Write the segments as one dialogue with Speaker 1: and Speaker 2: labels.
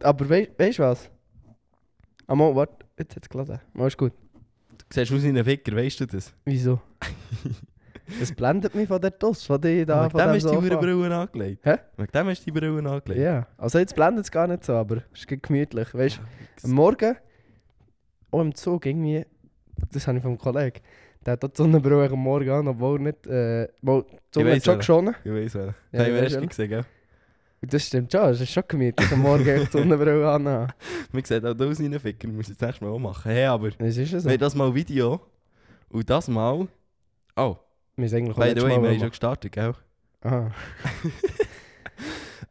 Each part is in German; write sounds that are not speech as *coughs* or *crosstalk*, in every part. Speaker 1: Aber wei- weißt du was? Amo, warte, jetzt hat es geladen. Mal ist gut.
Speaker 2: Du siehst aus wie ein Ficker, weißt du das? *laughs*
Speaker 1: Wieso? Es blendet mich von der Doss, von dir da.
Speaker 2: Wegen
Speaker 1: von
Speaker 2: dem
Speaker 1: dem
Speaker 2: hast du die
Speaker 1: Sofa.
Speaker 2: Brille angelegt.
Speaker 1: Hä?
Speaker 2: Wegen dem hast du die Brille angelegt.
Speaker 1: Ja, also jetzt blendet es gar nicht so, aber es ist gleich gemütlich. Weißt du, am Morgen, oh, auch im Zug, irgendwie, das habe ich vom Kollegen, der hat dort die Sonnenbrille am Morgen an, obwohl er nicht, äh, mal die Sonne
Speaker 2: weiss
Speaker 1: hat schon geschonen.
Speaker 2: welche. Ich weiß
Speaker 1: Ja,
Speaker 2: wel. Ja, haben
Speaker 1: ich
Speaker 2: wir
Speaker 1: weiss
Speaker 2: erst
Speaker 1: wel.
Speaker 2: gesehen, gell?
Speaker 1: Und das stimmt schon, es ist schon gemütlich, am Morgen echt die Sonnenbrille an.
Speaker 2: *laughs*
Speaker 1: haben.
Speaker 2: Man sieht auch da aus wie ein Ficker, muss ich das nächste Mal auch machen. Hey, aber,
Speaker 1: Das ist es so.
Speaker 2: wir haben das mal Video und das mal... Oh,
Speaker 1: Wir sind eigentlich auch
Speaker 2: by the
Speaker 1: letztes
Speaker 2: way,
Speaker 1: Mal
Speaker 2: wir haben
Speaker 1: mal-
Speaker 2: schon gestartet, gell?
Speaker 1: Aha.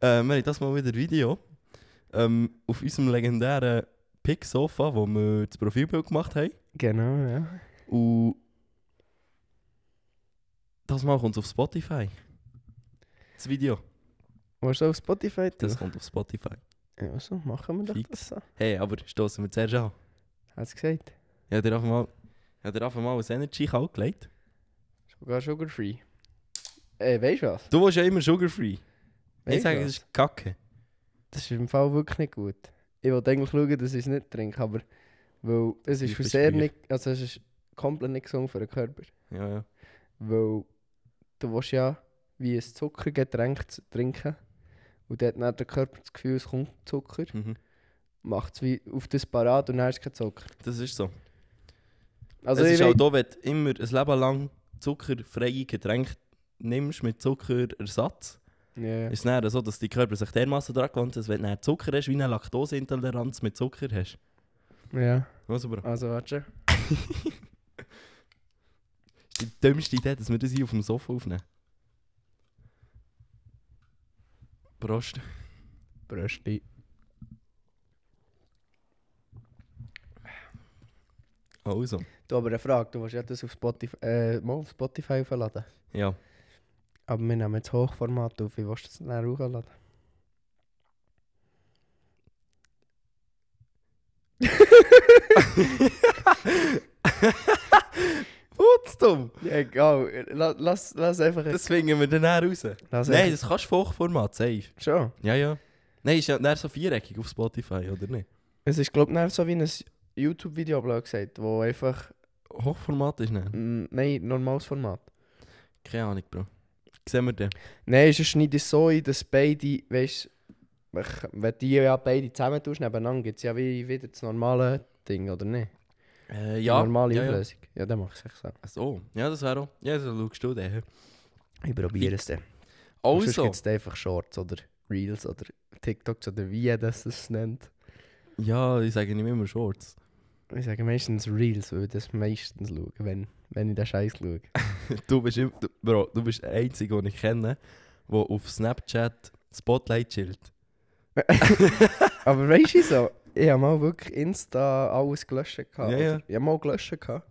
Speaker 2: Äh, wir haben das mal wieder Video ähm, auf unserem legendären Pick-Sofa, wo wir das Profilbild gemacht haben.
Speaker 1: Genau, ja.
Speaker 2: Und das mal kommt es auf Spotify. Das Video,
Speaker 1: Warst du auf Spotify?
Speaker 2: das kommt auf Spotify.
Speaker 1: Ja, so machen wir doch
Speaker 2: Fix.
Speaker 1: das so.
Speaker 2: Hey, aber stoßen wir zuerst an.
Speaker 1: Hast du gesagt?
Speaker 2: Ich habe dir einfach mal, ich hab dir einfach mal ein Energy kalt gelegt.
Speaker 1: Sogar sugar-free. Äh, weißt du was?
Speaker 2: Du warst ja immer sugar-free. Ich
Speaker 1: Weißt du
Speaker 2: sage, das
Speaker 1: was?
Speaker 2: ist kacke.
Speaker 1: Das ist im Fall wirklich nicht gut. Ich wollte eigentlich schauen, dass ich es nicht trinke, aber weil es ist
Speaker 2: Wie
Speaker 1: für sehr
Speaker 2: Bier.
Speaker 1: nicht, also es ist komplett nicht gesund für den Körper.
Speaker 2: Ja, ja.
Speaker 1: Weil du willst ja wie ein Zuckergetränk zu trinken und dort hat der Körper das Gefühl, es kommt Zucker,
Speaker 2: Mhm.
Speaker 1: macht es wie auf das parat und dann ist kein Zucker.
Speaker 2: Das ist so.
Speaker 1: Also
Speaker 2: es
Speaker 1: ich
Speaker 2: ist auch
Speaker 1: weiß,
Speaker 2: da, wenn du immer ein Leben lang zuckerfreie Getränke nimmst mit Zuckerersatz,
Speaker 1: ja,
Speaker 2: ist es dann so, dass dein Körper sich dermaßen daran gewöhnt, dass wenn du dann Zucker hast, wie eine Laktoseintoleranz mit Zucker hast.
Speaker 1: ja,
Speaker 2: Was aber
Speaker 1: also warte.
Speaker 2: die dümmste Idee, dass wir das hier auf dem Sofa aufnehmen. Prost.
Speaker 1: Brösti.
Speaker 2: Also,
Speaker 1: Du aber eine Frage, du willst ja das auf Spotify, äh, mal auf Spotify aufladen.
Speaker 2: ja.
Speaker 1: Aber wir nehmen jetzt Hochformat auf, wie willst du das dann hochladen?
Speaker 2: Putzdumm!
Speaker 1: Ja, egal, La- lass, lass einfach...
Speaker 2: Das finden wir dann nachher raus.
Speaker 1: lass
Speaker 2: Nein,
Speaker 1: einfach-
Speaker 2: das kannst du vor Hochformat, safe.
Speaker 1: Schon.
Speaker 2: Ja, ja. Nein, ist ja dann so viereckig auf Spotify, oder nicht?
Speaker 1: Es ist, glaube ich, so wie ein YouTube-Video, blöd gesagt, wo einfach...
Speaker 2: Hochformat ist nicht.
Speaker 1: mm, Nein, normales Format.
Speaker 2: Keine Ahnung, Bro. Sehen wir den.
Speaker 1: Nein, es schneide ich so ein, dass beide, weißt du, wenn die ja beide zusammen tust, nebeneinander, gibt es ja wie wieder das normale Ding, oder nicht?
Speaker 2: Äh,
Speaker 1: Die
Speaker 2: ja.
Speaker 1: normale
Speaker 2: ja, ja.
Speaker 1: Auflösung. Ja, dann mach ich es so.
Speaker 2: Ach so. Ja, das wäre auch. Ja, so schaust du den.
Speaker 1: Ich probiere es dann. Und Sonst
Speaker 2: Also.
Speaker 1: gibt es einfach Shorts oder Reels oder TikToks oder wie das es nennt.
Speaker 2: Ja, ich sage nicht mehr immer Shorts.
Speaker 1: Ich sage meistens Reels, weil ich das meistens schaue, wenn, wenn ich den Scheiß schaue.
Speaker 2: Du bist, im, du, Bro, du bist der Einzige, den ich kenne, der auf Snapchat Spotlight chillt.
Speaker 1: Aber weißt du so, ich habe mal wirklich Insta alles gelöscht. Gehabt,
Speaker 2: Ja,
Speaker 1: oder?
Speaker 2: ja.
Speaker 1: Ich habe mal gelöscht. Gehabt.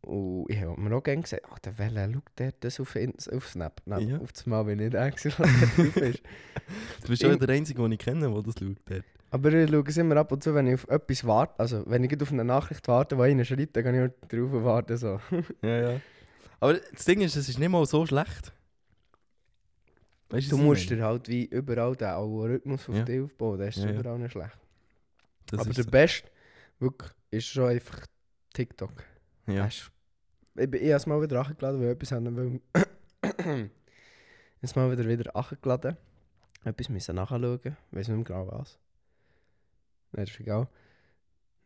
Speaker 1: Und ich habe mir auch gerne gesagt, ah, der Welle schaut der das auf, Ins auf Snap. Nein,
Speaker 2: Ja.
Speaker 1: auf das Mal bin ich nicht *laughs* eingesehen, dass der drauf ist.
Speaker 2: Du bist schon
Speaker 1: Im-
Speaker 2: der Einzige, den ich kenne, der das schaut. Dort.
Speaker 1: Aber ich schaue es immer ab und zu, wenn ich auf etwas warte. Also, wenn ich gerade auf eine Nachricht warte, die einer schreibt, dann kann ich auch drauf und warten. So.
Speaker 2: Ja, ja. Aber das Ding ist, es ist nicht mal so schlecht. Weißt
Speaker 1: Du musst dir halt wie überall den Algorithmus auf
Speaker 2: Ja.
Speaker 1: dich aufbauen. Das ist
Speaker 2: Ja, ja.
Speaker 1: überall nicht schlecht.
Speaker 2: das
Speaker 1: Aber
Speaker 2: ist
Speaker 1: der
Speaker 2: so.
Speaker 1: Beste, wirklich, ist schon einfach TikTok.
Speaker 2: ja.
Speaker 1: Hast, ich bin- ich habe es mal wieder angeladen, weil ich etwas haben will. *coughs* Jetzt mal wieder wieder angeladen. Etwas müssen nachschauen. Ich weiß nicht mehr genau was. Nein, das ist egal.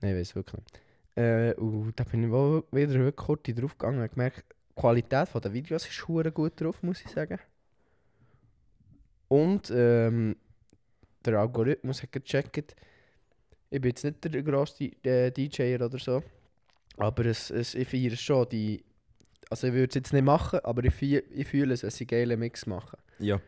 Speaker 1: Nein, ich weiß wirklich nicht. Äh, und da bin ich wohl wieder wirklich kurz drauf gegangen und gemerkt, die Qualität der Videos ist hure gut drauf, muss ich sagen. Und ähm, der Algorithmus hat gecheckt, ich bin jetzt nicht der grosse äh, DJ oder so, aber es, es, ich feiere schon die. Also ich würde es jetzt nicht machen, aber ich, feier, ich fühle es, wenn sie geile Mix machen.
Speaker 2: ja.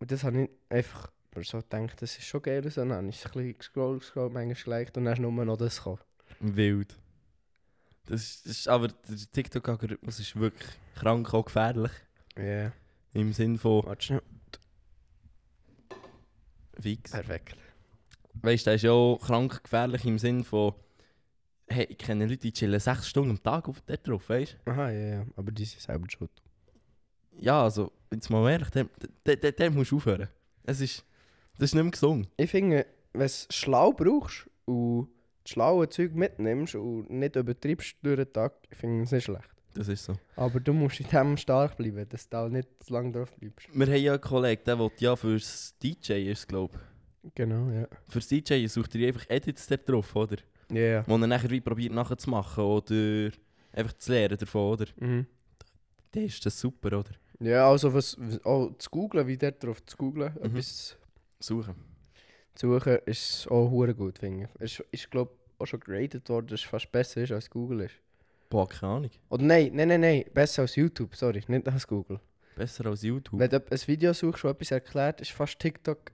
Speaker 1: Und das habe ich einfach aber so gedacht, das ist schon geil. Und dann habe ich es ein bisschen gescrollt, gescrollt, manchmal geliked und dann ist nur noch das gekommen.
Speaker 2: Wild. Das ist, das ist, aber der TikTok-Algorithmus ist wirklich krank auch gefährlich.
Speaker 1: Ja.
Speaker 2: Im Sinn von
Speaker 1: Warte schnell.
Speaker 2: fix.
Speaker 1: Perfekt.
Speaker 2: Weißt du, das ist ja auch krank gefährlich im Sinn von, hey, ich kenne Leute, die chillen sechs Stunden am Tag auf dort drauf, weißt
Speaker 1: Aha, ja, ja. Aber die sind selber schuld.
Speaker 2: Ja, also, jetzt mal ehrlich, der, der, der, der musst du aufhören. Es ist, Das ist nicht mehr gesund.
Speaker 1: Ich finde, wenn du es schlau brauchst und das schlaue Zeug mitnimmst und nicht übertreibst durch den Tag, ich finde es nicht schlecht.
Speaker 2: Das ist so.
Speaker 1: Aber du musst in dem stark bleiben, dass du da nicht zu lange drauf bleibst.
Speaker 2: Wir haben ja einen Kollegen, der will ja fürs DJ ist, glaube
Speaker 1: Genau, ja.
Speaker 2: ich. Fürs DJ sucht er einfach Edits da drauf, oder?
Speaker 1: Ja, ja.
Speaker 2: Wo er nachher wie probiert nachzumachen oder einfach zu lernen davon, oder?
Speaker 1: Mhm.
Speaker 2: Dann ist das super, oder?
Speaker 1: Ja, also was, was auch zu googlen, wie der drauf zu googlen,
Speaker 2: Mhm.
Speaker 1: etwas
Speaker 2: Suchen.
Speaker 1: zu suchen, ist auch hure gut, finde ich. Ist, ist glaube auch schon geratet worden, dass es fast besser ist als Google ist.
Speaker 2: Boah, keine Ahnung.
Speaker 1: Oder nein, nein, nein, nein, besser als YouTube, sorry, nicht als Google.
Speaker 2: Besser als YouTube.
Speaker 1: Wenn du ein Video suchst, das etwas erklärt, ist fast TikTok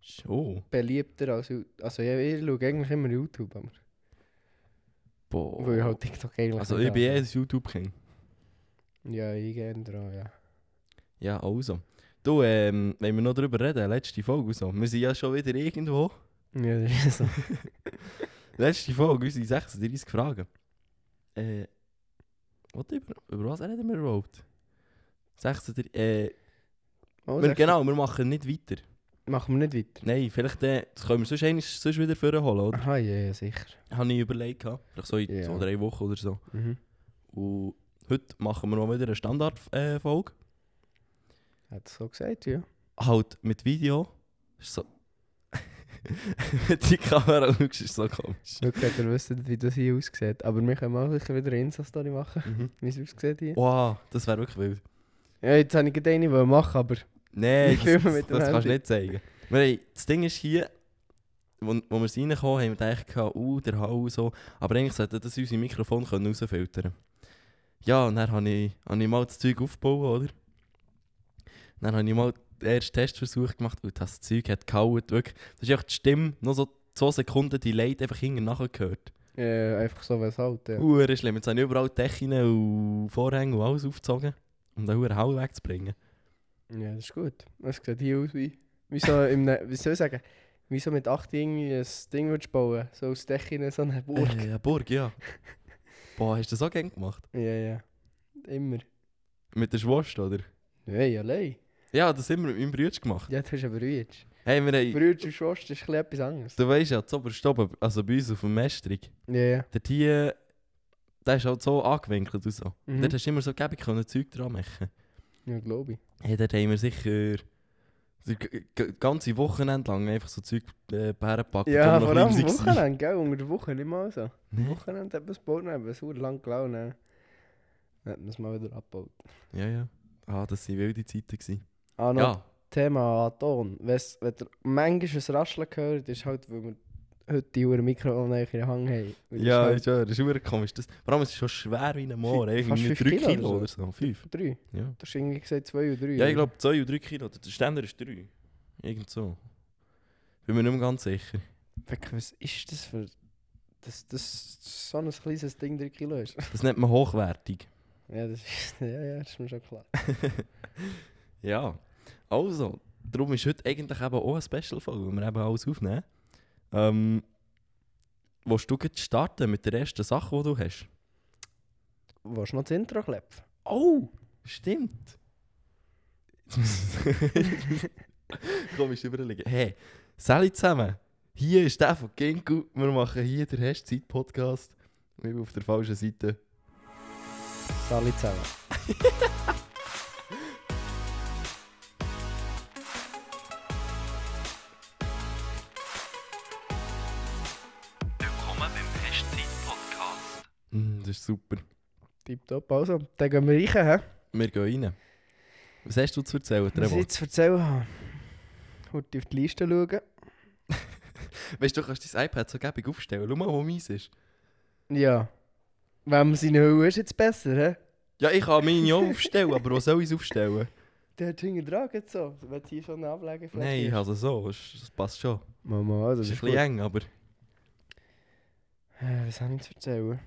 Speaker 2: Schon.
Speaker 1: beliebter als YouTube. Also ja, ich schaue eigentlich immer YouTube, aber
Speaker 2: Boah.
Speaker 1: weil ich halt TikTok eigentlich
Speaker 2: Oh. also
Speaker 1: nicht
Speaker 2: ich bin eh
Speaker 1: habe.
Speaker 2: ein YouTube-Kind.
Speaker 1: Ja, ich gehe dran, ja.
Speaker 2: Ja, also. Du, ähm, wenn wir noch darüber reden, letzte Folge und so. Wir sind ja schon wieder irgendwo.
Speaker 1: Ja, das *laughs* ist so.
Speaker 2: Letzte Folge, unsere 36 Fragen. Äh, was über, über was reden wir überhaupt? 36, äh,
Speaker 1: Oh,
Speaker 2: wir,
Speaker 1: sechs-
Speaker 2: genau, wir machen nicht weiter.
Speaker 1: Machen wir nicht weiter.
Speaker 2: Nein, vielleicht äh, das können wir sonst, einmal, sonst wieder vorholen, oder?
Speaker 1: Aha, ja, ja, sicher.
Speaker 2: Habe ich überlegt, gehabt. vielleicht so in
Speaker 1: Ja.
Speaker 2: zwei, drei Wochen oder so.
Speaker 1: Mhm.
Speaker 2: Und heute machen wir noch wieder eine Standardfolge. Äh, Folge.
Speaker 1: Hat so gesagt, ja.
Speaker 2: halt mit Video. Ist *laughs* so... Wenn du die Kamera schaust, ist so komisch.
Speaker 1: Wirklich, ihr wisst nicht, wie das hier aussieht. Aber wir können mal sicher wieder eine Insta-Story machen,
Speaker 2: Mhm.
Speaker 1: wie es aussieht hier.
Speaker 2: Wow, das wäre wirklich wild.
Speaker 1: Ja, jetzt habe ich gerade eine wollen machen, aber... *laughs*
Speaker 2: Nein,
Speaker 1: Wie
Speaker 2: das,
Speaker 1: filmen
Speaker 2: das,
Speaker 1: mit dem
Speaker 2: das kannst du
Speaker 1: Handy?
Speaker 2: nicht zeigen. Wir haben, das Ding ist hier, wo, wo wir es reinkommen, haben wir gedacht, gehabt, uh, der Hall und so. Aber eigentlich sollte das unser Mikrofon können rausfiltern können. Ja, und dann habe ich, habe ich mal das Zeug aufgebaut, oder? Dann habe ich mal den ersten Testversuch gemacht und das Zeug hat gehauen. Wirklich. Das ist echt die Stimme, nur so zwei Sekunden Delay einfach hinten nachgehört.
Speaker 1: Äh, einfach so, wie es halt, ja.
Speaker 2: Hure schlimm. Jetzt haben überall Decken und Vorhänge und alles aufgezogen, um den Huren Hall wegzubringen.
Speaker 1: Ja, das ist gut. Es sieht hier aus wie... Wie so,
Speaker 2: *laughs*
Speaker 1: im, ne- wie soll ich sagen? Wie so mit 8 irgendwie ein Ding würdest bauen. So aus Dächern, so eine Burg.
Speaker 2: Äh, ja, Burg, ja. Boah, hast du das auch gern gemacht?
Speaker 1: Ja, ja. Immer.
Speaker 2: Mit der Schwast, oder?
Speaker 1: Nein, allein.
Speaker 2: Ja, das haben wir mit meinem Bruder gemacht.
Speaker 1: Ja, du hast aber Brütsch.
Speaker 2: Hey, wir haben,
Speaker 1: Brütsch und Schost ist ein etwas anderes.
Speaker 2: du weißt ja, zu stoppen, also bei uns auf dem Mestrig,
Speaker 1: Ja, ja.
Speaker 2: der Tier, der ist halt so angewinkelt und so.
Speaker 1: Mhm.
Speaker 2: Dort hast du immer so gäbe können Zeug dran machen.
Speaker 1: Ja, glaube ich.
Speaker 2: Hey, dort haben wir sicher... Die g- g- ganze Wochenende lang einfach so Zeug äh, hergepackt.
Speaker 1: Ja,
Speaker 2: obwohl wir
Speaker 1: vor
Speaker 2: noch
Speaker 1: allem Wochenende,
Speaker 2: klein waren.
Speaker 1: gell? Unter der Woche nicht mal so.
Speaker 2: Nee.
Speaker 1: Wochenende hat man es gebaut, aber es wurde lang gelaufen. Dann hat man es mal wieder abgebaut.
Speaker 2: Ja, ja. Ah, das waren wilde Zeiten. Gewesen.
Speaker 1: Ah, noch
Speaker 2: Ja.
Speaker 1: Thema ah, Ton. Wenn's- Wenn ihr manchmal ein Rascheln hört, ist halt, weil wir heute die Uhr Mikrofon in den Hang haben. Und das ist
Speaker 2: Ja,
Speaker 1: halt
Speaker 2: ist ja, das ist super komisch. Das, vor allem, es ist schon schwer wie ein Moor.
Speaker 1: Fünf-
Speaker 2: Irgendwie
Speaker 1: fast
Speaker 2: 3
Speaker 1: fünf
Speaker 2: Kilo,
Speaker 1: Kilo
Speaker 2: oder so. 5.
Speaker 1: drei.
Speaker 2: Ja.
Speaker 1: Du hast irgendwie gesagt zwei oder drei.
Speaker 2: ja, ich
Speaker 1: oder?
Speaker 2: glaube 2 oder 3 Kilo. Der Ständer ist 3. Irgend so. Bin mir nicht mehr ganz sicher.
Speaker 1: Weg, Was ist das für... Dass das so ein kleines Ding drei Kilo ist.
Speaker 2: Das nennt man hochwertig.
Speaker 1: *laughs* ja, das ist, *laughs* ja, ja, das ist mir schon klar.
Speaker 2: Ja. Also, darum ist heute eigentlich eben auch eine Special-Folge, weil wir eben alles aufnehmen. Ähm, willst du gleich starten mit der ersten Sache, die du hast?
Speaker 1: Willst du noch das Intro klepfen?
Speaker 2: Oh, stimmt. Jetzt muss ich- *laughs* Komisch überlegen. Hey, Sally zusammen. Hier ist der von Ginkgo. Wir machen hier den Hashtag-Podcast. Ich bin auf der falschen Seite.
Speaker 1: Sali zusammen.
Speaker 3: Willkommen beim Pestzeit-Podcast.
Speaker 2: Mm, das ist super.
Speaker 1: Tipptopp, also. Dann gehen wir rein, hä?
Speaker 2: Wir gehen rein. Was hast du zu erzählen,
Speaker 1: Was ich
Speaker 2: Trevor?
Speaker 1: jetzt zu erzählen habe. Heute auf die Liste schauen.
Speaker 2: Weißt du, du kannst dein iPad so gäbig aufstellen. Schau mal, wo meins ist.
Speaker 1: Ja. Wenn sie nicht ist jetzt besser, hä?
Speaker 2: Ja, ich kann meine auch aufstellen, aber wo soll ich
Speaker 1: *laughs*
Speaker 2: es aufstellen?
Speaker 1: Der hat hinten dran geht so. Wenn hier schon eine Ablagefläche
Speaker 2: Nein,
Speaker 1: ist.
Speaker 2: also so. Das das passt schon.
Speaker 1: Mama, also
Speaker 2: Das
Speaker 1: das ist
Speaker 2: ist ein bisschen
Speaker 1: gut.
Speaker 2: eng, aber...
Speaker 1: Äh, was habe ich zu erzählen?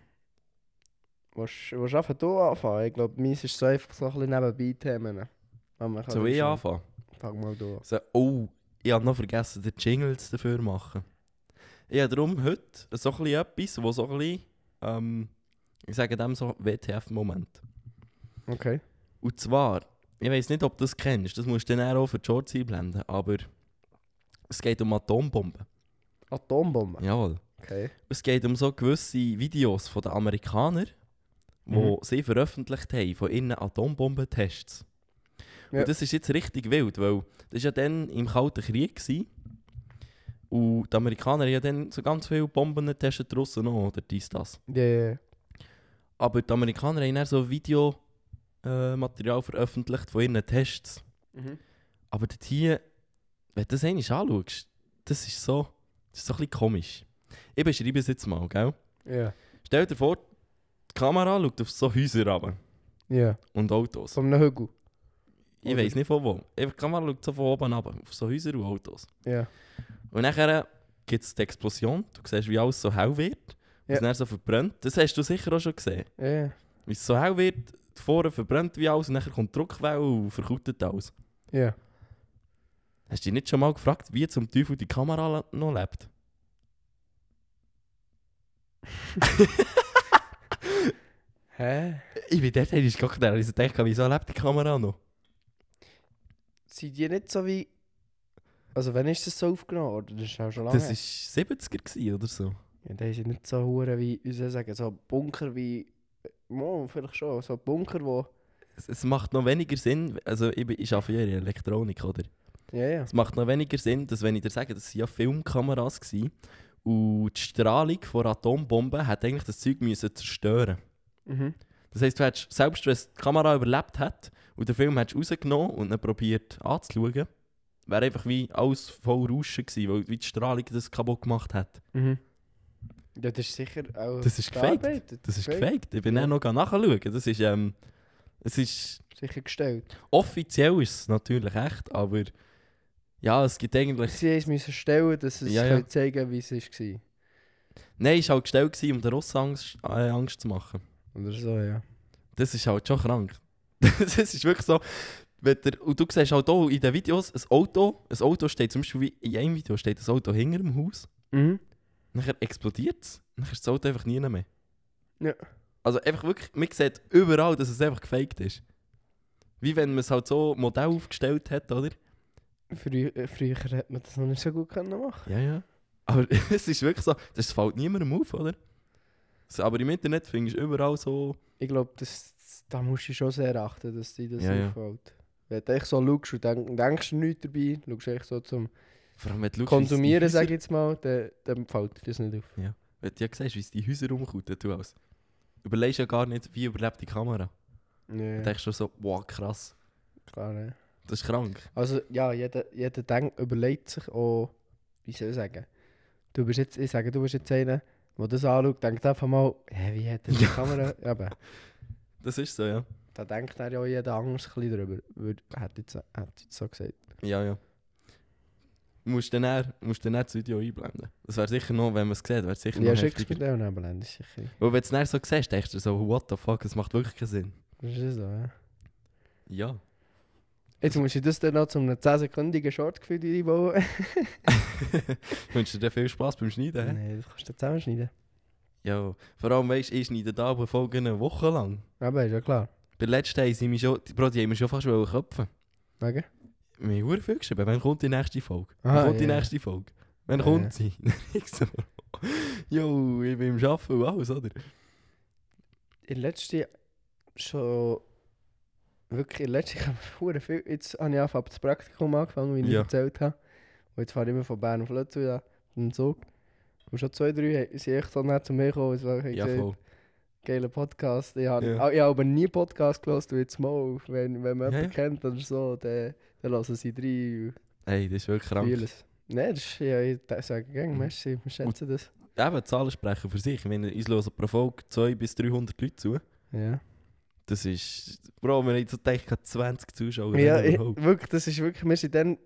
Speaker 1: Was was einfach du anfangen? Ich glaube, meins ist so einfach so ein bisschen nebenbei Themen. Aber man kann
Speaker 2: Soll ich
Speaker 1: schon-
Speaker 2: anfangen?
Speaker 1: Fang mal du an.
Speaker 2: So, oh, ich habe noch vergessen, den Jingle zu dafür zu machen. Ich habe darum heute so ein bisschen etwas, wo so ein bisschen, ähm, ich sage dem so WTF-Moment.
Speaker 1: Okay.
Speaker 2: Und zwar, ich weiß nicht, ob du das kennst, das musst du dann auch für die Shorts einblenden, aber Es geht um Atombomben.
Speaker 1: Atombomben.
Speaker 2: Jawohl.
Speaker 1: Okay.
Speaker 2: Es geht um so gewisse Videos von den Amerikanern, wo
Speaker 1: Mhm.
Speaker 2: sie veröffentlicht haben von ihren Atombombentests.
Speaker 1: Ja.
Speaker 2: Und das ist jetzt richtig wild, weil das war ja dann im Kalten Krieg. Gewesen. Und die Amerikaner haben ja dann so ganz viele Bomben getestet draussen noch, oder dies, das.
Speaker 1: Ja, ja, ja.
Speaker 2: Aber die Amerikaner haben dann so Videomaterial äh, Material veröffentlicht von ihren Tests.
Speaker 1: Mhm.
Speaker 2: Aber dort hier, wenn du das einmal anschaust, das ist so, das ist so ein bisschen komisch. Ich beschreibe es jetzt mal, gell?
Speaker 1: Ja.
Speaker 2: Stell dir vor, die Kamera schaut auf so Häuser runter
Speaker 1: Ja.
Speaker 2: und Autos.
Speaker 1: So einem Hügel.
Speaker 2: Ich weiß nicht von wo. Einfach Die Kamera schaut so von oben runter, auf so Häuser und Autos.
Speaker 1: Ja.
Speaker 2: Und nachher gibt es die Explosion. Du siehst, wie alles so hell wird. Und es
Speaker 1: Ja.
Speaker 2: dann so verbrennt. Das hast du sicher auch schon gesehen.
Speaker 1: Ja, ja.
Speaker 2: Wie es so hell wird, vorne verbrennt wie alles und nachher kommt die Druckwelle und verkautet alles.
Speaker 1: Ja.
Speaker 2: Hast du dich nicht schon mal gefragt, wie zum Teufel die Kamera la- noch lebt?
Speaker 1: Hä?
Speaker 2: Ich bin dort einmal geguckt und ich dachte, wieso lebt die Kamera noch?
Speaker 1: Sind die nicht so wie. Also, wenn ist das so aufgenommen? Oder das ist auch schon lange.
Speaker 2: Das war 70er gewesen oder so.
Speaker 1: Ja, die sind nicht so hure wie, wie soll ich sagen, so Bunker wie. Mo, vielleicht schon. So Bunker, wo.
Speaker 2: Es, es macht noch weniger Sinn, also ich, bin- ich arbeite ja in der Elektronik, oder?
Speaker 1: Ja, ja.
Speaker 2: Es macht noch weniger Sinn, dass wenn ich dir sage, das waren ja Filmkameras gewesen, und die Strahlung von Atombomben hat eigentlich das Zeug müssen zerstören.
Speaker 1: Mhm.
Speaker 2: Das heisst, du hättest, selbst wenn es die Kamera überlebt hat und den Film hättest rausgenommen und ihn probiert anzuschauen, wäre einfach wie alles voll Rauschen gewesen, weil wie die Strahlung das kaputt gemacht hat.
Speaker 1: Mhm. Ja, das ist sicher auch.
Speaker 2: Das ist gefaked.
Speaker 1: bearbeitet,
Speaker 2: Das ist
Speaker 1: gefaked,
Speaker 2: gefaked. Ich bin dann noch nachschauen. Das ist, ähm, es ist
Speaker 1: Sicher gestellt.
Speaker 2: offiziell ist es natürlich echt, aber ja, es gibt eigentlich
Speaker 1: Sie haben es müssen stellen, dass sie es
Speaker 2: Ja, ja.
Speaker 1: können zeigen wie es war.
Speaker 2: Nein, es war halt gestellt, gewesen, um den Russen Angst, äh, Angst zu machen.
Speaker 1: Oder so, ja.
Speaker 2: Das ist halt schon krank. *laughs* das ist wirklich so. Wenn der, und du siehst halt auch in den Videos, ein Auto, ein Auto steht zum Beispiel, wie in einem Video steht das Auto hinter dem Haus,
Speaker 1: Mhm.
Speaker 2: nachher explodiert es, nachher ist das Auto einfach nie mehr.
Speaker 1: Ja.
Speaker 2: Also einfach wirklich, man sieht überall, dass es einfach gefaked ist. Wie wenn man es halt so Modell aufgestellt hat, oder?
Speaker 1: Frü äh, früher hätte man das noch nicht so gut können machen
Speaker 2: Ja, ja. Aber *laughs* es ist wirklich so, das fällt niemandem auf, oder? So, Aber im Internet findest du überall so...
Speaker 1: Ich glaube, das, das- da musst du schon sehr achten, dass dir das
Speaker 2: Ja, ja.
Speaker 1: auffällt. Wenn du echt so schaust und denk, denkst du nichts dabei, schaust echt so zum
Speaker 2: Vor allem, wenn du schaust, wie es die
Speaker 1: Konsumieren,
Speaker 2: Häuser-
Speaker 1: sage ich jetzt mal, dann, dann fällt dir das nicht auf.
Speaker 2: Wenn du ja siehst, wie es die Häuser rumkauten, du als. Überlegst ja gar nicht, wie überlebt die Kamera.
Speaker 1: Ja,
Speaker 2: Du denkst schon so, wow, krass,
Speaker 1: klar. Ja.
Speaker 2: das ist krank.
Speaker 1: Also ja, jeder, jeder denkt, überlegt sich auch, wie soll ich sagen, du bist jetzt, ich sage, du bist jetzt einer, der das anschaut, denkt einfach mal, hä, wie hat er die
Speaker 2: Ja.
Speaker 1: Kamera, eben,
Speaker 2: Das ist so, ja.
Speaker 1: da denkt er ja auch jeder anders ein bisschen drüber, würde, hätte jetzt, hätte jetzt so gesagt.
Speaker 2: Ja, ja. Du musst dann, eher- musst dann eher das Video einblenden. Das wäre sicher noch, wenn man es sieht, wäre es sicher
Speaker 1: Ja,
Speaker 2: noch
Speaker 1: schickst du mir
Speaker 2: heftiger.
Speaker 1: den und dann ist sicher.
Speaker 2: Weil wenn du es dann so siehst, denkst du so, what the fuck, das macht wirklich keinen Sinn.
Speaker 1: Das ist so, ja.
Speaker 2: Ja.
Speaker 1: Jetzt musst du das dann noch zu einem 10-sekündigen Short für dich bauen.
Speaker 2: Ich wünsche dir dann viel Spass beim Schneiden.
Speaker 1: *laughs*
Speaker 2: hä?
Speaker 1: Nein, das kannst du dann zusammenschneiden.
Speaker 2: Ja. Vor allem, weißt du, ich schneide da aber Folgen eine Woche lang.
Speaker 1: Aber ist ja klar.
Speaker 2: Bei der letzten haben sie mich schon, die, Bro, die haben mich schon fast wollen köpfen
Speaker 1: Okay?
Speaker 2: Wir haben sehr viel geschrieben. Wann kommt die nächste Folge? Wann
Speaker 1: Ah,
Speaker 2: kommt die
Speaker 1: ja. Ah,
Speaker 2: nächste Folge? Wann
Speaker 1: Ja.
Speaker 2: kommt sie? *laughs* ich so, jo, ich bin im Arbeiten und alles, oder?
Speaker 1: In der letzten schon wirklich in der letzten kann man verdammt viel. Jetzt habe ich angefangen das Praktikum angefangen, wie ich
Speaker 2: Ja.
Speaker 1: erzählt habe. Und jetzt fahre ich immer von Bern auf Lötzl ja, mit dem Zug. Und schon zwei, drei he- sind echt so nett zu mir gekommen. Es war
Speaker 2: Ja, voll.
Speaker 1: geiler Podcast. Ich habe,
Speaker 2: Ja.
Speaker 1: ah, ich habe aber nie Podcast gehört, und jetzt mal. auf. Wenn, wenn man
Speaker 2: Ja,
Speaker 1: jemanden kennt oder so, dann, dann lassen sie drei
Speaker 2: Hey, das ist wirklich
Speaker 1: und
Speaker 2: krank.
Speaker 1: fühlen es. Nein, das ist, dus, ja, ich sage gerne,
Speaker 2: Mhm.
Speaker 1: merci, dus. wir schätzen das.
Speaker 2: Eben, Zahlen sprechen für sich. Wenn uns hören pro Folge 200 bis 300 Leute zu.
Speaker 1: Ja.
Speaker 2: Das ist... Dus Bro, wir haben jetzt gedacht, 20 Zuschauer.
Speaker 1: Ja,
Speaker 2: wenn
Speaker 1: ich,
Speaker 2: überhaupt.
Speaker 1: wirklich, das ist wirklich, wir sind dann,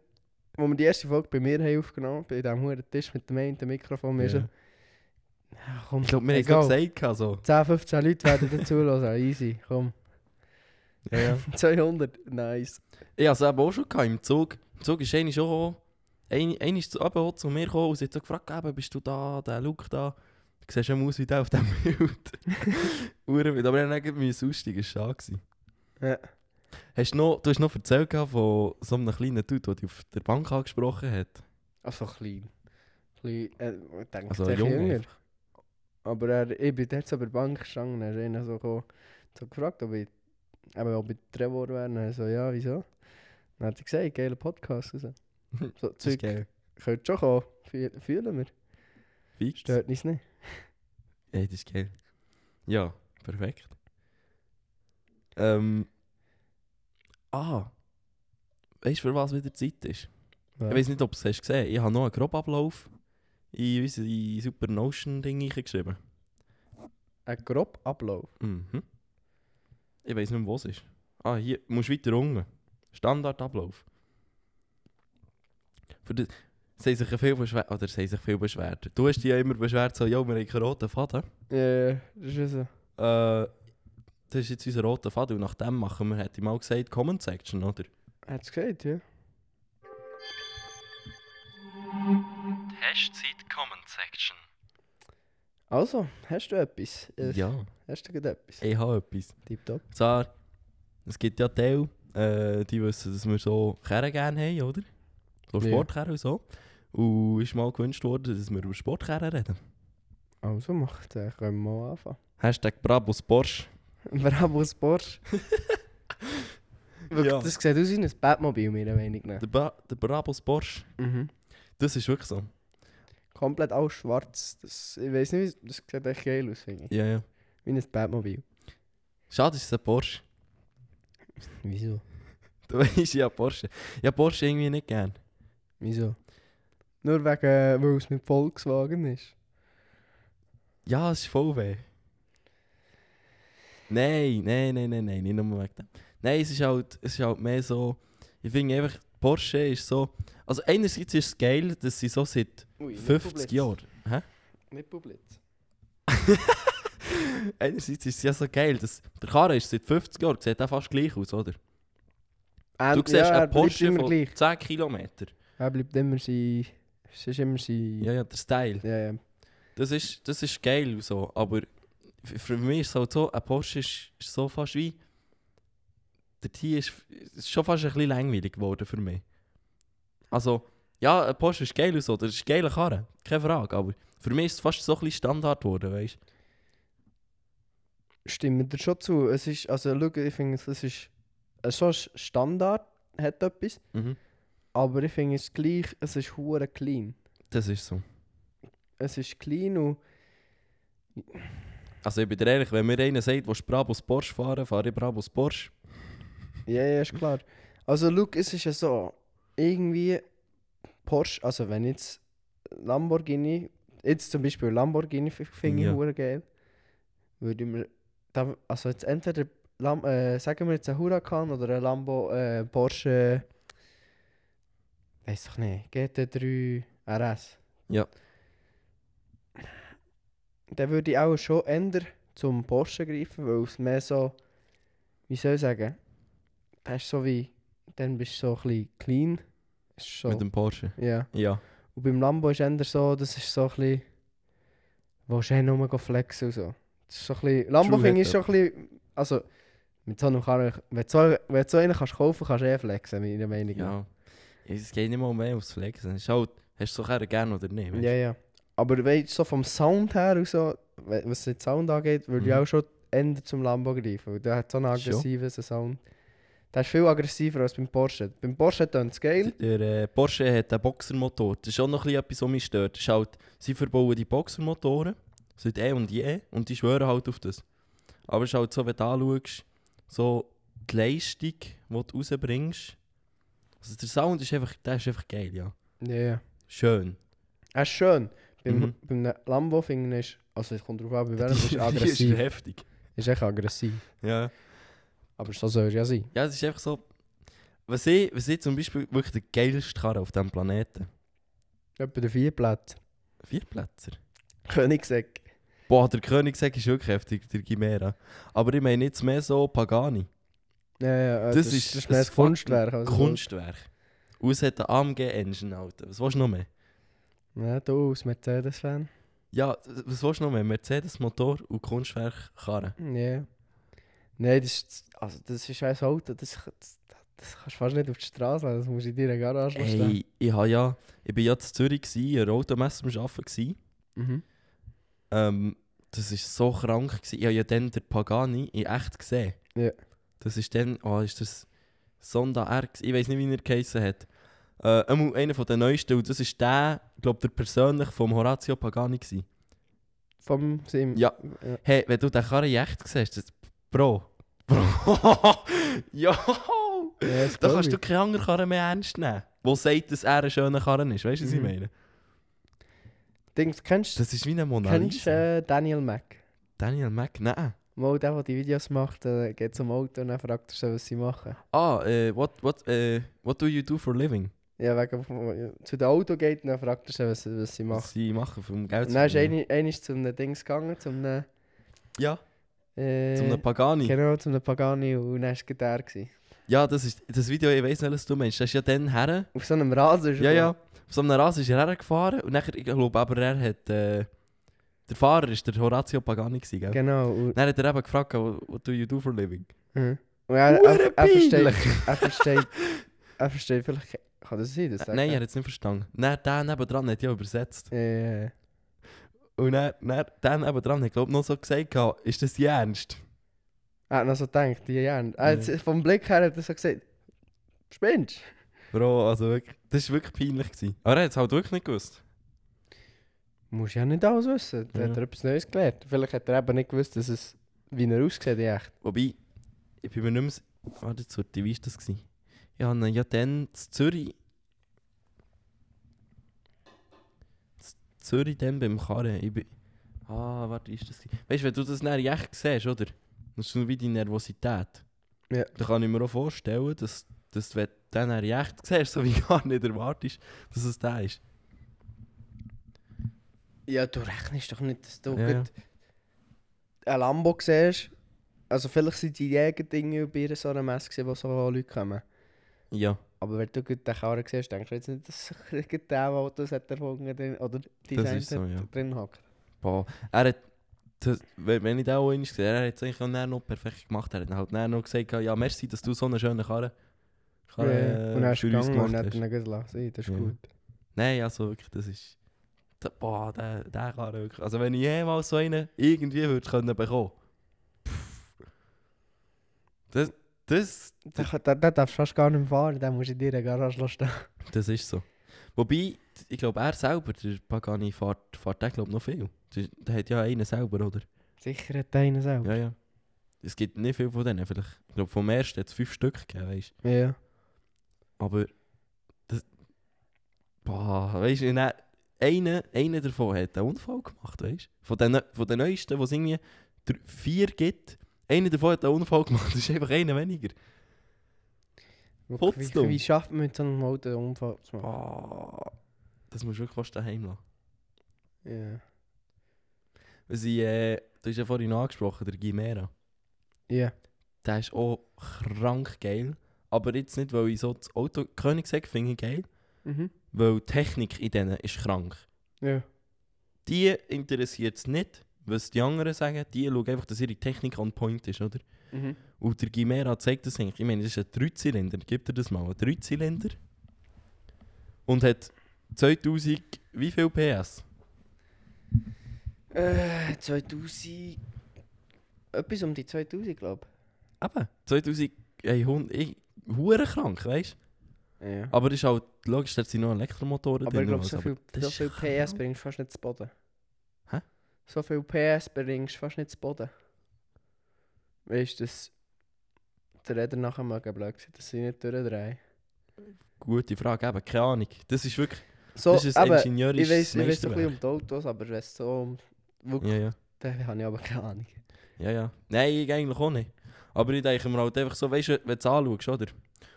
Speaker 1: wo wir die erste Folge bei mir haben aufgenommen, bei diesem hohen Tisch mit dem einen dem Mikrofon, wir
Speaker 2: Ja.
Speaker 1: schon, ja, komm,
Speaker 2: Ich glaube, wir haben es
Speaker 1: egal.
Speaker 2: noch gesagt. Also.
Speaker 1: 10, 15 Leute werden dazu hören, ah, easy, komm. *laughs*
Speaker 2: Ja, *laughs* ja.
Speaker 1: 200, nice.
Speaker 2: Ich hatte es eben auch schon gehabt, im Zug. Im Zug ist eine schon. Eine, eine ist zu, eben auch zu mir gekommen und sie hat so gefragt, eben, bist du da, der Luke da? Du siehst schon aus wie der auf diesem
Speaker 1: *laughs*
Speaker 2: Bild. Uhrenbild. Aber ich musste dann gleich aussteigen, es war schade. gewesen.
Speaker 1: Ja.
Speaker 2: Hast du, noch, du hast noch erzählt gehabt von so einem kleinen Dude, der dich auf der Bank angesprochen hat.
Speaker 1: Also klein. klein äh, ich denke,
Speaker 2: Also
Speaker 1: sehr
Speaker 2: jung
Speaker 1: jünger. Aber er, ich bin dort so bei der Bank gestanden und er hat ihn so, gekommen- so gefragt, ob ich, eben, ob ich Trevor wäre. Und er so, ja, wieso? Nou, Dann hat er gesagt, geiler Podcast. dus, eh. raus. So,
Speaker 2: ist
Speaker 1: Zeug,
Speaker 2: geil.
Speaker 1: könnt schon kommen. Fühl- Fühlen wir.
Speaker 2: Fix.
Speaker 1: Stört uns nicht.
Speaker 2: Ey, das ist geil. Ja, perfekt. Ähm. Ah. Weißt du, für was wieder Zeit ist? Ich weiß nicht, ob du es hast gesehen Ich habe noch einen Grobablauf in unsere Super Notion-Ding geschrieben.
Speaker 1: Ein grob Ablauf.
Speaker 2: Mhm. Ich weiß nicht, mehr, wo es ist. Ah, hier, du musst weiter unten. Standardablauf. Für das, es haben sich ja viel beschwert, oder es haben sich viel beschwert. Du hast dich ja immer beschwert, so, ja, wir haben keinen roten Faden.
Speaker 1: Ja, Dus das ist so.
Speaker 2: Äh, das ist jetzt unser roter Faden und nach dem machen wir, hätte ich mal gesagt, Comment Section, oder?
Speaker 1: Hat es gesagt, ja?
Speaker 3: Hashtag Comment Section.
Speaker 1: Also, hast du etwas? Äh,
Speaker 2: Ja.
Speaker 1: Hast du gerade etwas?
Speaker 2: Ich habe etwas.
Speaker 1: Tipptopp.
Speaker 2: Zwar, es gibt ja Teil, äh, die wissen, dass wir so Kerne gerne haben, oder? So
Speaker 1: Ja.
Speaker 2: Sportkerne und so. Und ist mal gewünscht worden, dass wir über Sportkerne reden.
Speaker 1: Also macht, äh, können wir *laughs* mal anfangen.
Speaker 2: Hashtag Brabus Porsche.
Speaker 1: Brabus Porsche. *laughs* Wirklich,
Speaker 2: Ja.
Speaker 1: Das sieht aus wie ein Batmobil, meiner Meinung nach.
Speaker 2: Der, Bra der Brabus Porsche,
Speaker 1: Mhm.
Speaker 2: das ist wirklich so.
Speaker 1: Komplett alles schwarz. Das, ich weiß nicht, wie- das sieht echt geil aus, finde ich.
Speaker 2: Ja, ja.
Speaker 1: Wie ein Batmobil.
Speaker 2: Schade ist es ein Porsche.
Speaker 1: Wieso?
Speaker 2: Du *laughs* weißt ja Porsche. Ja, Porsche irgendwie nicht gern.
Speaker 1: Wieso? Nur wegen, äh, weil es mit Volkswagen ist.
Speaker 2: Ja, es ist VW. Nein, nein, nein, nein, nein, nicht nur wegen dem. Nein, es ist halt, es ist halt mehr so. Ich finde einfach, Porsche ist so. Also, einerseits ist es geil, dass sie so seit
Speaker 1: Ui,
Speaker 2: 50 Jahren. Hä?
Speaker 1: Nicht Publitz.
Speaker 2: *laughs* Einerseits ist es ja so geil, dass der Karre ist seit 50 Jahren, sieht auch fast gleich aus, oder? Du siehst
Speaker 1: Ähm, ja, er
Speaker 2: einen
Speaker 1: bleibt
Speaker 2: Porsche
Speaker 1: immer
Speaker 2: von
Speaker 1: gleich.
Speaker 2: 10 Kilometer.
Speaker 1: Er bleibt immer sein... Es ist immer sein...
Speaker 2: Ja, ja, der Style.
Speaker 1: ja, ja.
Speaker 2: Das ist, das ist geil und so, aber f- für mich ist es halt so, ein Porsche ist, ist so fast wie. Der T ist, ist schon fast ein bisschen langweilig geworden für mich. Also, ja, ein Porsche ist geil und so, das ist eine geile Karre, keine Frage, aber für mich ist es fast so ein bisschen Standard geworden, weißt du?
Speaker 1: Stimme dir schon zu. Es ist, also schau, ich finde, es ist äh, so ein Standard, hat etwas, aber ich finde es gleich, es ist hure clean.
Speaker 2: Das ist so.
Speaker 1: Es ist clean und
Speaker 2: Also, ich bin dir ehrlich, wenn mir einer sagt, willst du Brabus Porsche fahren, fahre ich Brabus Porsche.
Speaker 1: ja, ja, ist klar. Also schau, es ist ja so, irgendwie Porsche, also wenn jetzt Lamborghini, jetzt zum Beispiel Lamborghini f- finde ich
Speaker 2: Ja.
Speaker 1: hure geil, würde ich mir, da, also jetzt entweder, Lam, äh, sagen wir jetzt ein Huracan oder ein Lambo, äh, Porsche, weiß doch nicht, GT3 RS.
Speaker 2: Ja.
Speaker 1: Dann würde ich auch schon ändern zum Porsche greifen, weil es mehr so, wie soll ich sagen, das ist so wie, dann bist du so ein bisschen clean. Es Ist so,
Speaker 2: Mit dem Porsche.
Speaker 1: ja.
Speaker 2: Ja.
Speaker 1: Und beim Lambo ist eher so, das ist so ein bisschen, wo schön nur go flexen und so. Das ist so ein bisschen, Lambo
Speaker 2: True
Speaker 1: finde
Speaker 2: hat
Speaker 1: ich schon ein bisschen, also, mit so einem Karren, wenn du so, wenn du so einen kannst kaufen, kannst du eh flexen, meiner Meinung nach.
Speaker 2: Ja. Es geht nicht mal um mehr ums Flexen. Es ist halt, hast du so gerne gern oder nicht? weißt du?
Speaker 1: Ja, ja. Aber weißt du, so vom Sound her und so, we- was den Sound angeht, würde ich
Speaker 2: Mhm.
Speaker 1: auch schon Ende zum Lambo greifen. Weil der hat so einen
Speaker 2: Schon.
Speaker 1: aggressiven Sound. Der ist viel aggressiver als beim Porsche. Beim Porsche tönt es geil.
Speaker 2: Der äh, Porsche hat einen Boxermotor. Das ist auch noch ein bisschen etwas, was mich stört. Das ist halt, sie verbauen die Boxermotoren seit eh und je und die schwören halt auf das. Aber es ist halt so, wenn du anschaust, so die Leistung, die du rausbringst. Also der Sound ist einfach, der ist einfach geil, ja.
Speaker 1: Ja, ja.
Speaker 2: Schön.
Speaker 1: Er ist schön. Beim,
Speaker 2: Mhm.
Speaker 1: beim Lambo finde ich, also es kommt drauf *laughs* an, bei welchem
Speaker 2: *laughs*
Speaker 1: ist
Speaker 2: Die
Speaker 1: aggressiv.
Speaker 2: heftig.
Speaker 1: Ist echt aggressiv.
Speaker 2: Ja.
Speaker 1: Aber so soll es ja sein.
Speaker 2: Ja, es ist einfach so. Was ich, was ich zum Beispiel wirklich der geilste Karre auf diesem Planeten.
Speaker 1: Etwa der Vierplatz.
Speaker 2: Vierplätzer.
Speaker 1: *laughs* Königsegg.
Speaker 2: Boah, der Königsegg ist wirklich heftig, der Chimera. Aber ich meine jetzt mehr so Pagani.
Speaker 1: Ja, ja, äh,
Speaker 2: Das ist-
Speaker 1: das ist
Speaker 2: das
Speaker 1: mehr
Speaker 2: ist
Speaker 1: ein Kunstwerk. Also,
Speaker 2: Kunstwerk. Und es hat eine AMG-Engine, Alter. Was willst du noch mehr?
Speaker 1: Ja, du als Mercedes-Fan.
Speaker 2: Ja, was willst du noch mehr? Mercedes-Motor und Kunstwerk-Karre.
Speaker 1: Ja. Nein, das ist, also das ist ein Auto, das, das, Das kannst du fast nicht auf die Straße lassen, das musst du in deiner Garage lassen.
Speaker 2: Hey, ich, hab ja, ich bin ja in Zürich, gewesen, an einer Automesse am Arbeiten. Gewesen.
Speaker 1: Mhm.
Speaker 2: Ähm, das war so krank. Gewesen. Ich habe ja dann den Pagani in echt gesehen.
Speaker 1: Ja.
Speaker 2: Das ist dann, oh, ist das Sonda R? gewesen? Ich weiß nicht, wie er geheissen hat. Äh, einmal einer von den neuesten, und das ist der, glaube der persönlich vom Horazio Pagani. Gewesen.
Speaker 1: Vom Sim.
Speaker 2: Ja. Hey, wenn du den Karren in echt siehst, das, Bro. Bro. *laughs* ja.
Speaker 1: Yes,
Speaker 2: Da kannst du keinen anderen Karren mehr ernst nehmen. Wo sagt, dass er ein schöner Karren ist. Weißt du, was
Speaker 1: Mhm.
Speaker 2: ich meine?
Speaker 1: Dings, kennst du
Speaker 2: Das ist wie eine Mona
Speaker 1: kennst,
Speaker 2: Lisa.
Speaker 1: äh, Daniel Mack?
Speaker 2: Daniel Mack, nein.
Speaker 1: Mal der, der die Videos macht, äh, geht zum Auto und dann fragt er sie, was sie machen.
Speaker 2: Ah, äh, what, what, äh, what do you do for a living?
Speaker 1: Ja, wegen vom- zu dem Auto geht und dann fragt er sie, was, was sie
Speaker 2: Was
Speaker 1: machen.
Speaker 2: sie machen, um Geld
Speaker 1: Und dann ist
Speaker 2: verdienen.
Speaker 1: einer einer ist zu einem Dings gegangen, zu einem...
Speaker 2: Ja,
Speaker 1: Äh,
Speaker 2: zum Pagani.
Speaker 1: Genau, zu einem Pagani und dann war der. Gewesen.
Speaker 2: Ja, das ist das Video, ich weiß nicht, was du meinst. Das ist ja dann her.
Speaker 1: Auf so einem Rasen ist
Speaker 2: Ja, ja. Auf so einem Rasen ist er hergefahren und nachher, ich glaube, aber er hat. Äh, der Fahrer ist der Horazio Pagani, gewesen, gell?
Speaker 1: Genau. Und,
Speaker 2: Dann hat er eben gefragt, what what do you do for a living?
Speaker 1: mhm. und er,
Speaker 2: Hure
Speaker 1: er, er, versteht,
Speaker 2: peinlich.
Speaker 1: er *laughs* versteht... Er versteht vielleicht... Kann das sein, dass er-
Speaker 2: Nein, er hat es nicht verstanden. Dann der nebendran hat Eh, ja übersetzt.
Speaker 1: Ja, ja, ja.
Speaker 2: Und dann, dann, der nebendran hat, glaube ich, noch so gesagt, gehabt, ist das die Ernst?
Speaker 1: Er hat noch so gedacht, die ja. ah, Er hat-
Speaker 2: Ja.
Speaker 1: Vom Blick her hat er so gesagt... Spinnst du?
Speaker 2: Bro, also wirklich, das war wirklich peinlich. Gewesen. Aber er hat es halt wirklich nicht gewusst.
Speaker 1: Musst ja nicht alles wissen. Da hat
Speaker 2: Ja.
Speaker 1: er etwas Neues gelernt. Vielleicht hat er eben nicht gewusst, dass es, dus wie er aussieht in echt.
Speaker 2: Wobei, ich bin mir nicht mehr... s- Warte, zu, wie war das? Gewesen? Ich habe ihn ja dann in Zürich... In Zürich dann beim Karren. Ich bin, ah, warte, wie war das? Gewesen? Weißt du, wenn du das nachher in echt siehst, oder? Das ist nur wie die Nervosität.
Speaker 1: Ja.
Speaker 2: Da kann ich mir auch vorstellen, dass, dass wenn du den nachher in echt siehst, so wie *laughs* gar nicht erwartest, dass es der ist.
Speaker 1: Ja, du rechnest doch nicht, dass du
Speaker 2: Ja, ja.
Speaker 1: grad ein Lambo siehst. Also vielleicht sind die Jägerdinge bei so einer Messe, gewesen, wo so Leute kommen.
Speaker 2: Ja.
Speaker 1: Aber wenn du grad den Karren siehst, denkst du jetzt nicht, dass *laughs* grad der, der das hat erfunden drin, oder designt
Speaker 2: so,
Speaker 1: hat,
Speaker 2: ja.
Speaker 1: drin hockt.
Speaker 2: Boah, er hat, das, wenn wenn ich den auch einmal gesehen habe, er hat es eigentlich auch nachher noch perfekt gemacht. Er hat dann halt nachher noch gesagt, ja, merci, dass du so einen schönen Karren,
Speaker 1: Ja,
Speaker 2: Karren
Speaker 1: ja. und
Speaker 2: äh,
Speaker 1: dann ist er
Speaker 2: für uns
Speaker 1: gegangen und
Speaker 2: gemacht
Speaker 1: hat
Speaker 2: hast.
Speaker 1: ihn gleich lassen. Ey, Das ist
Speaker 2: Ja.
Speaker 1: gut.
Speaker 2: Nein, also wirklich, das ist... Da, boah, der, der Karren wirklich. Also wenn ich jemals so einen eh, irgendwie würde können bekommen... Pff. Das, das,
Speaker 1: Den, den, den darfst du fast gar nicht mehr fahren, den musst du in deiner Garage lassen. *laughs* stehen.
Speaker 2: das ist so. Wobei, ich glaube, er selber, der Pagani, fährt, fährt den, glaube ich, noch viel. Der, der hat ja einen selber, oder?
Speaker 1: Sicher hat der einen selber.
Speaker 2: Ja, ja. Es gibt nicht viel von denen. Vielleicht, ich glaube, vom ersten hat es fünf Stück gegeben, weißt
Speaker 1: Ja. ja.
Speaker 2: du. Aber. Das, boah, weißt du, einer, einer eine davon hat einen Unfall gemacht, weißt du? Von den, von den neuesten, die es irgendwie drei- vier gibt, einer davon hat einen Unfall gemacht. *laughs* Das ist einfach einer weniger.
Speaker 1: Wirklich,
Speaker 2: Putzdom.
Speaker 1: Wie, wie schafft man mit so einem Auto einen Unfall zu machen?
Speaker 2: Boah. Das musst du wirklich fast daheim lassen. Ah.
Speaker 1: Ja.
Speaker 2: Sie, äh, du hast ja vorhin angesprochen, der Gimera.
Speaker 1: Ja.
Speaker 2: Der ist auch krank geil. Aber jetzt nicht, weil ich so das Auto. Königsegg finde ich geil.
Speaker 1: Mhm.
Speaker 2: Weil die Technik in denen ist krank.
Speaker 1: Ja.
Speaker 2: Die interessiert es nicht, was die anderen sagen. Die schauen einfach, dass ihre Technik on point ist, oder?
Speaker 1: Mhm.
Speaker 2: Und der Gimera zeigt das eigentlich. Ich meine, das ist ein Dreizylinder. Gib dir das mal. Ein Dreizylinder. Und hat 2000, wie viel PS?
Speaker 1: Äh, 2000. Etwas um die 2000, glaube
Speaker 2: Eben. 2100. Ich, hure krank, weißt du?
Speaker 1: ich. Ja.
Speaker 2: Aber das ist halt, logisch, da sind noch Elektromotoren
Speaker 1: Aber ich glaube,
Speaker 2: und
Speaker 1: so
Speaker 2: alles,
Speaker 1: viel,
Speaker 2: das
Speaker 1: so
Speaker 2: ist
Speaker 1: viel PS
Speaker 2: krank.
Speaker 1: bringst du fast nicht zu Boden.
Speaker 2: Hä?
Speaker 1: So viel PS bringst du fast nicht zu Boden. Weißt du, dass die Räder nachher mal blöd sind, dass sie nicht durchdrehen.
Speaker 2: Gute Frage, eben, keine Ahnung. Das ist wirklich,
Speaker 1: So,
Speaker 2: das ist ein
Speaker 1: aber
Speaker 2: ingenieurisches
Speaker 1: ich weiß ich weiss so ein bisschen
Speaker 2: Meisterwerk.
Speaker 1: um die Autos, aber wenn es so um. Wirklich,
Speaker 2: Ja, ja.
Speaker 1: da habe ich aber keine Ahnung.
Speaker 2: Ja, ja. Nein, ich eigentlich auch nicht. Aber ich denke mir halt einfach so, weißt du, wenn du es anschaust, oder?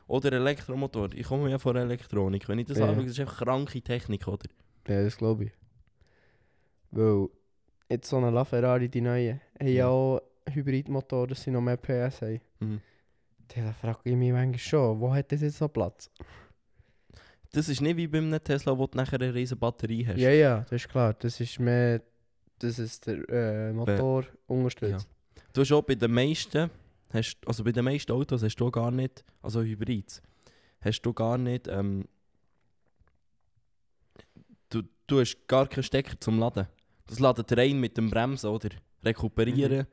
Speaker 2: Oder Elektromotor. Ich komme ja von Elektronik. Wenn ich das
Speaker 1: Ja.
Speaker 2: anschaue, das ist einfach kranke Technik, oder?
Speaker 1: Ja, das glaube ich. Weil jetzt so eine LaFerrari, die neuen, haben ja
Speaker 2: Ja.
Speaker 1: auch Hybridmotoren, dass sie noch mehr PS haben.
Speaker 2: Mhm.
Speaker 1: Da frage ich mich manchmal schon, wo hat das jetzt noch Platz?
Speaker 2: Das ist nicht Dus wie bei einem Tesla, wo du nachher eine riesen Batterie hast.
Speaker 1: Ja, ja, das ist klar. Das ist mehr, dass es der äh, eh, Motor unterstützt.
Speaker 2: Du hast auch bei den meisten hast, also bei den meisten Autos hast du gar nicht, also Hybrids, hast du gar nicht, ähm, du, du hast gar keinen Stecker zum Laden. Das ladet rein mit dem Bremsen oder rekuperieren
Speaker 1: Mhm.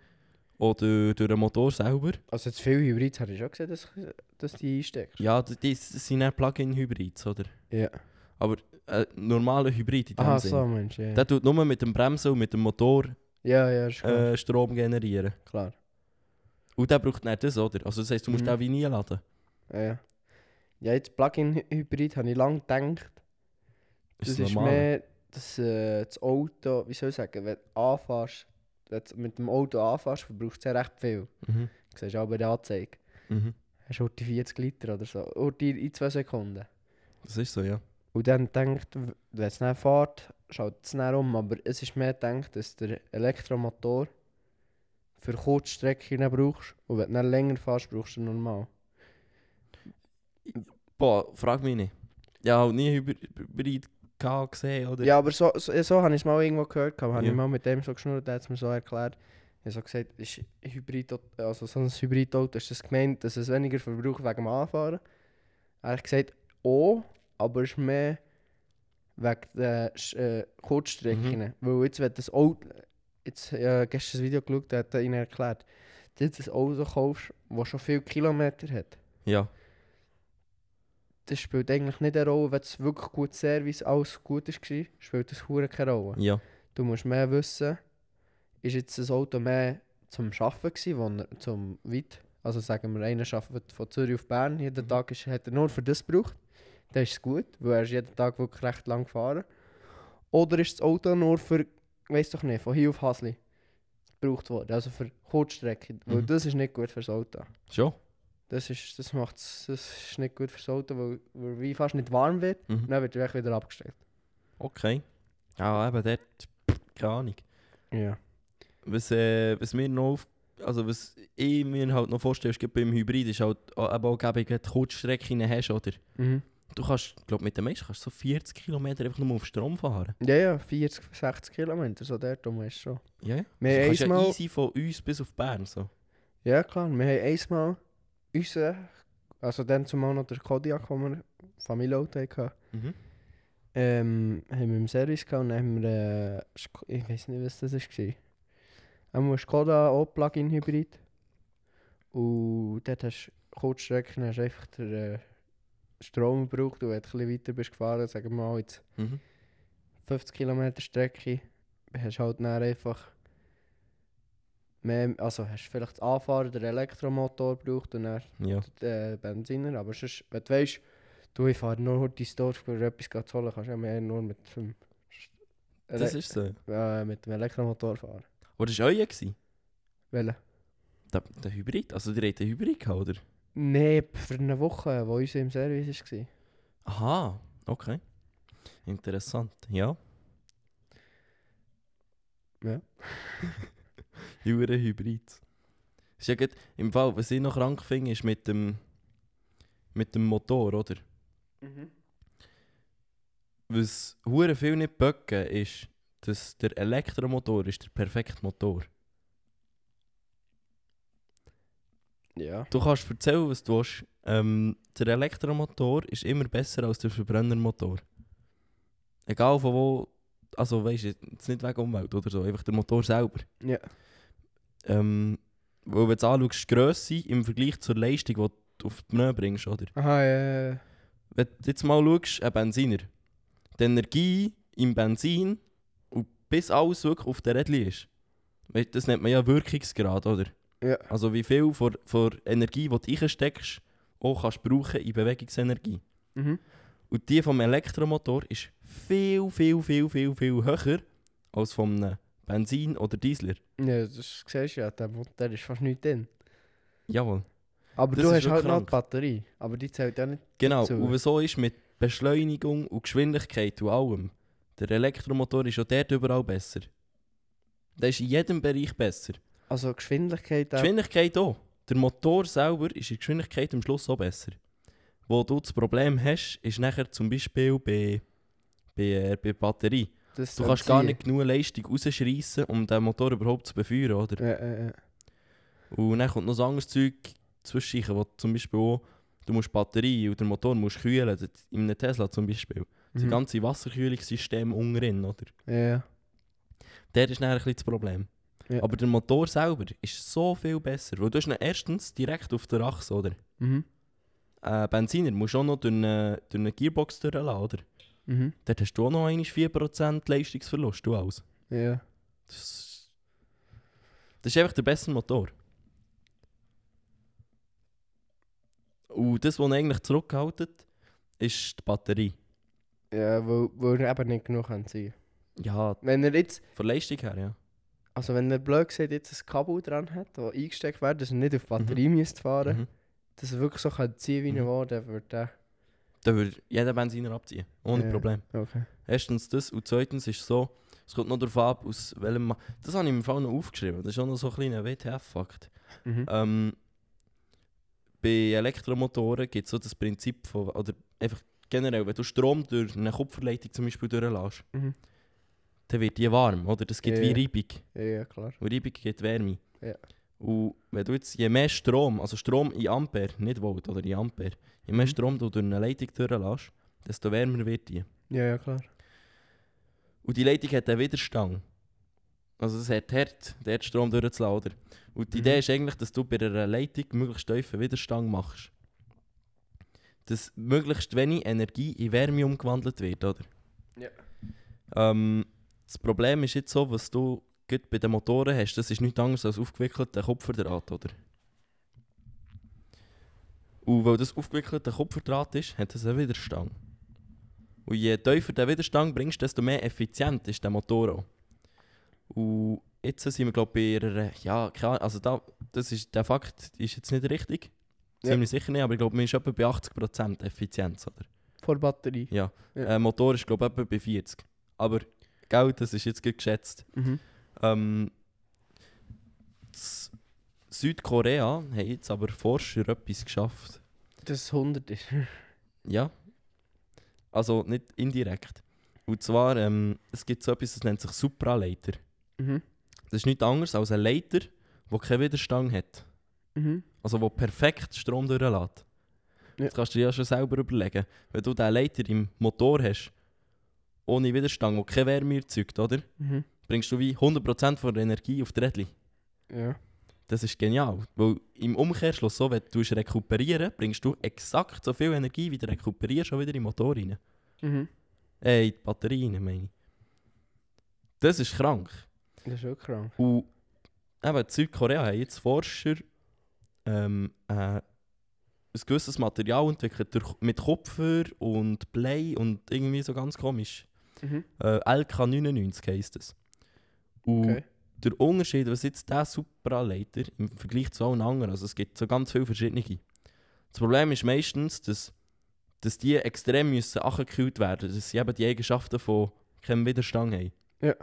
Speaker 2: oder durch den Motor selber.
Speaker 1: Also jetzt viele Hybrids habe ich schon gesehen, dass, dass die einsteckst.
Speaker 2: Ja, das, das sind dann Plug-in-Hybrids, oder?
Speaker 1: Ja.
Speaker 2: Aber äh, normaler Hybrid in dem
Speaker 1: Aha,
Speaker 2: Sinne.
Speaker 1: so Mensch, ja.
Speaker 2: Der tut nur mit dem Bremsen und mit dem Motor
Speaker 1: Ja, ja, ist klar.
Speaker 2: äh, Strom generieren.
Speaker 1: klar.
Speaker 2: Und der braucht nicht das, oder? Also das heisst, du musst
Speaker 1: Mhm.
Speaker 2: den wie nie laden.
Speaker 1: Ja, ja. ja, jetzt Plug-in-Hybrid habe ich lange gedacht. Das ist,
Speaker 2: normal.
Speaker 1: mehr das, äh, das Auto, wie soll ich sagen, wenn du anfährst, wenn du mit dem Auto anfährst, verbrauchst du sehr recht viel.
Speaker 2: Mhm.
Speaker 1: Du siehst auch bei der Anzeige.
Speaker 2: Mhm.
Speaker 1: Hast du die 40 Liter oder so, oder die in 2 Sekunden.
Speaker 2: Das ist so, ja.
Speaker 1: Und dann denkt, w- wenn es nicht fährt, schaut es nicht um, aber es ist mehr gedacht, dass der Elektromotor für Kurzstrecken brauchst und wenn du dann länger fährst, brauchst du ihn normal.
Speaker 2: Boah, frag mich nicht. Ja, halt nie Hybr- Hybrid gehabt gesehen, oder?
Speaker 1: Ja, aber so, so, so habe ich es mal irgendwo gehört, gehabt, habe
Speaker 2: Ja.
Speaker 1: ich mal mit dem so geschnurrt, der hat es mir so erklärt. Ich habe so gesagt, ist Hybrid, also so ein Hybridauto, ist das gemeint, dass es weniger verbraucht wegen dem Anfahren? Er hat gesagt, oh, aber es ist mehr wegen der Sch- äh, Kurzstrecken. Weil jetzt, wenn das Auto, jetzt äh, gestern das Video geschaut, der hat ihnen erklärt, wenn du jetzt ein Auto kaufst, das schon viele Kilometer hat,
Speaker 2: Ja.
Speaker 1: das spielt eigentlich nicht eine Rolle, wenn es wirklich gut Service, alles gut war, spielt das hure keine Rolle.
Speaker 2: ja.
Speaker 1: Du musst mehr wissen, ist jetzt das Auto mehr zum Arbeiten gewesen, wo er, zum weit, also sagen wir, einer arbeitet von Zürich auf Bern,
Speaker 2: Mhm.
Speaker 1: jeden Tag ist, hat er nur für das gebraucht, dann ist es gut, weil er ist jeden Tag wirklich recht lang gefahren. Oder ist das Auto nur für, weiß doch nicht, von hier auf Hasli gebraucht worden, also für Kurzstrecke, weil
Speaker 2: Mhm.
Speaker 1: das ist nicht gut fürs Auto.
Speaker 2: Schon?
Speaker 1: Das ist, das macht's, das ist nicht gut fürs Auto, weil, weil wie fast nicht warm wird,
Speaker 2: Mhm.
Speaker 1: dann wird er echt wieder abgestellt.
Speaker 2: Okay. Ja, eben dort, keine Ahnung.
Speaker 1: Ja.
Speaker 2: Was, äh, was mir noch auf, also was ich mir halt noch vorstelle, ist gerade beim Hybrid, ist halt auch- eben auch gäbe, wenn du Kurzstrecken hast, oder?
Speaker 1: Mhm.
Speaker 2: Du kannst, glaube mit dem meisten kannst du so 40 Kilometer einfach nur auf Strom fahren.
Speaker 1: Ja, ja, 40, 60 Kilometer, so der dumm ist schon.
Speaker 2: Ja, ja.
Speaker 1: Wir haben
Speaker 2: du kannst ja
Speaker 1: einmal-
Speaker 2: easy von uns bis auf Bern, so.
Speaker 1: Ja, klar, wir haben einmal unseren, also dann zumal noch der Kodiak, den wir Familienauto hatten,
Speaker 2: Mhm.
Speaker 1: ähm, haben wir im Service gehabt und dann haben wir, äh, Sk- ich weiß nicht, was das war. Einmal Skoda auch Plug-in-Hybrid. Und dort hast du Kurzstrecken, hast du einfach den äh, Strom gebraucht und wenn du ein bisschen weiter bist gefahren, sagen wir mal jetzt
Speaker 2: Mhm.
Speaker 1: 50 km Strecke hast halt dann einfach mehr, also hast vielleicht das Anfahren, der Elektromotor braucht und dann
Speaker 2: Ja.
Speaker 1: den äh, Benziner, aber sonst, wenn du weißt, du ich fahre nur heute ins Dorf, um etwas zu holen, kannst du ja mehr nur mit dem, Ele
Speaker 2: Das ist so.
Speaker 1: äh, mit dem Elektromotor fahren.
Speaker 2: Aber das war euer? gewesen?
Speaker 1: Welchen?
Speaker 2: Der, der Hybrid? Also ihr habt einen Hybrid gehabt, oder?
Speaker 1: Nein, für eine Woche, wo uns im Service war.
Speaker 2: Aha, okay. Interessant, ja.
Speaker 1: Ja.
Speaker 2: *laughs* Jure Hybrid. Ist ja gut, im Fall, was ich noch krank finde, ist mit dem, mit dem Motor, oder? Mhm. Was hure viel nicht böcken ist, dass der Elektromotor ist der perfekte Motor.
Speaker 1: Ja.
Speaker 2: Du kannst erzählen, was du willst. Ähm, der Elektromotor ist immer besser als der Verbrennermotor. Egal von wo, also weißt du, jetzt nicht wegen Umwelt oder so, einfach der Motor selber.
Speaker 1: Ja.
Speaker 2: Ähm, weil wenn du anschaust, die Grösse im Vergleich zur Leistung, die du auf die Pneu bringst, oder?
Speaker 1: Aha, ja, ja.
Speaker 2: Wenn du jetzt mal schaust, ein Benziner, die Energie im Benzin und bis alles wirklich auf der Rädchen ist. Weisst, Das nennt man ja Wirkungsgrad, oder?
Speaker 1: Ja.
Speaker 2: Also wie viel von, von Energie, die du reinsteckst, auch kannst du brauchen in Bewegungsenergie.
Speaker 1: Mhm.
Speaker 2: Und die vom Elektromotor ist viel, viel, viel, viel, viel höher als vom einem Benzin- oder Dieseler.
Speaker 1: Ja, das siehst du ja, der Motor ist fast nicht drin.
Speaker 2: Jawohl.
Speaker 1: Aber
Speaker 2: Das
Speaker 1: du
Speaker 2: ist
Speaker 1: hast halt
Speaker 2: wirklich
Speaker 1: noch die
Speaker 2: krank.
Speaker 1: Batterie, aber die zählt ja nicht.
Speaker 2: Genau,
Speaker 1: dazu.
Speaker 2: und so ist mit Beschleunigung und Geschwindigkeit und allem. Der Elektromotor ist auch dort überall besser. Der ist in jedem Bereich besser.
Speaker 1: Also Geschwindigkeit auch.
Speaker 2: Geschwindigkeit auch. Der Motor selber ist in Geschwindigkeit am Schluss auch besser. Wo du das Problem hast, ist nachher zum Beispiel bei, bei, äh, bei der Batterie.
Speaker 1: das
Speaker 2: Du kannst gar nicht genug Leistung rausschreissen, um den Motor überhaupt zu befeuern, oder?
Speaker 1: Ja, ja, ja.
Speaker 2: Und dann kommt noch so anderes Zeug zwischen, wo zum Beispiel auch, du musst die Batterie oder den Motor musst kühlen, das- in einem Tesla zum Beispiel. Das
Speaker 1: Mhm.
Speaker 2: ganze Wasserkühlungssystem unterin, oder?
Speaker 1: Ja, ja.
Speaker 2: Der ist dann ein bisschen das Problem.
Speaker 1: Ja.
Speaker 2: Aber der Motor selber ist so viel besser, weil du hast ihn erstens direkt auf der Achse, oder?
Speaker 1: Mhm.
Speaker 2: Äh, Benziner musst du auch noch durch eine, durch eine Gearbox durchlassen, oder?
Speaker 1: Mhm.
Speaker 2: Dort hast du auch noch einmal 4% Leistungsverlust, du alles.
Speaker 1: Ja.
Speaker 2: Das ist, das ist einfach der beste Motor. Und das, was ihn eigentlich zurückhaltet, ist die Batterie.
Speaker 1: Ja, weil, weil er eben nicht genug kann sein.
Speaker 2: Ja,
Speaker 1: Wenn er jetzt,
Speaker 2: von Leistung her, ja.
Speaker 1: also wenn er blöd gesagt jetzt ein Kabel dran hat, das eingesteckt wird, dass er nicht auf die Batterie müsste fahren
Speaker 2: Mhm.
Speaker 1: dass er wirklich so kann ziehen wie
Speaker 2: Mhm.
Speaker 1: er will, dann wird der...
Speaker 2: Da würde jeder Benziner abziehen. Ohne
Speaker 1: Ja.
Speaker 2: Problem.
Speaker 1: Okay.
Speaker 2: Erstens das und zweitens ist es so, es kommt noch darauf ab, aus welchem. Ma das habe ich im Fall noch aufgeschrieben. Das ist auch noch so ein kleiner WTF-Fakt.
Speaker 1: Mhm.
Speaker 2: Ähm, bei Elektromotoren gibt es so das Prinzip von, oder einfach generell, wenn du Strom durch eine Kupferleitung zum Beispiel durchlässt,
Speaker 1: Mhm.
Speaker 2: dann wird die warm, oder? Das gibt
Speaker 1: Ja, ja.
Speaker 2: wie Reibung.
Speaker 1: Ja, ja, klar.
Speaker 2: Und Reibung gibt Wärme.
Speaker 1: Ja.
Speaker 2: Und wenn du jetzt, je mehr Strom, also Strom in Ampere, nicht Volt oder in Ampere, je mehr
Speaker 1: Mhm.
Speaker 2: Strom du durch eine Leitung durchlässt, desto wärmer wird die.
Speaker 1: Ja, ja, klar.
Speaker 2: Und die Leitung hat einen Widerstand. Also es hat hart, den Strom durchzulassen, oder? Und die
Speaker 1: Mhm.
Speaker 2: Idee ist eigentlich, dass du bei einer Leitung möglichst tiefen Widerstand machst. Dass möglichst wenig Energie in Wärme umgewandelt wird, oder?
Speaker 1: Ja.
Speaker 2: Ähm, das Problem ist jetzt so, was du gerade bei den Motoren hast, das ist nichts anderes als aufgewickelter Kupferdraht, oder? Und weil das aufgewickelter Kupferdraht ist, hat es einen Widerstand. Und je tiefer den Widerstand bringst, desto mehr effizient ist der Motor auch. Und jetzt sind wir, glaube ich, bei einer, ja, keine Ahnung, also da, das ist, der Fakt ist jetzt nicht richtig.
Speaker 1: Ja.
Speaker 2: Ziemlich sicher nicht, aber ich glaube, man ist etwa bei 80% Effizienz, oder?
Speaker 1: Vor Batterie.
Speaker 2: Ja.
Speaker 1: Ja.
Speaker 2: Äh, Motor ist, glaube ich, etwa bei 40. Aber, gell, das ist jetzt gut geschätzt.
Speaker 1: Mhm.
Speaker 2: Ähm, s- Südkorea haben jetzt aber Forscher etwas geschafft.
Speaker 1: Dass es 100 ist.
Speaker 2: Ja. Also nicht indirekt. Und zwar, ähm, es gibt so etwas, das nennt sich Supraleiter.
Speaker 1: mhm.
Speaker 2: Das ist nichts anderes als ein Leiter, der keinen Widerstand hat.
Speaker 1: Mhm.
Speaker 2: Also der perfekt Strom durchlässt.
Speaker 1: Ja.
Speaker 2: Das kannst du dir ja schon selber überlegen. Wenn du diesen Leiter im Motor hast, ohne Widerstand, der keine Wärme erzeugt, oder?
Speaker 1: Mhm.
Speaker 2: Bringst du wie 100% von der Energie auf die Rädchen.
Speaker 1: Ja.
Speaker 2: Das ist genial. Weil im Umkehrschluss, so, wenn du rekuperieren bringst du exakt so viel Energie, wie du rekuperierst, schon wieder in den Motor rein.
Speaker 1: Mhm.
Speaker 2: Äh, in die Batterien, meine ich. Das ist krank.
Speaker 1: Das ist auch krank.
Speaker 2: Und eben, in Südkorea haben jetzt Forscher ähm, äh, ein gewisses Material entwickelt, durch, mit Kupfer und Blei und irgendwie so ganz komisch.
Speaker 1: Mhm.
Speaker 2: Äh, LK99 heisst es. Und
Speaker 1: Okay.
Speaker 2: der Unterschied, was jetzt dieser Supraleiter im Vergleich zu allen anderen, also es gibt so ganz viele verschiedene. Das Problem ist meistens, dass, dass die extrem müssen angekühlt werden, dass sie eben die Eigenschaften von keinem Widerstand haben.
Speaker 1: Ja.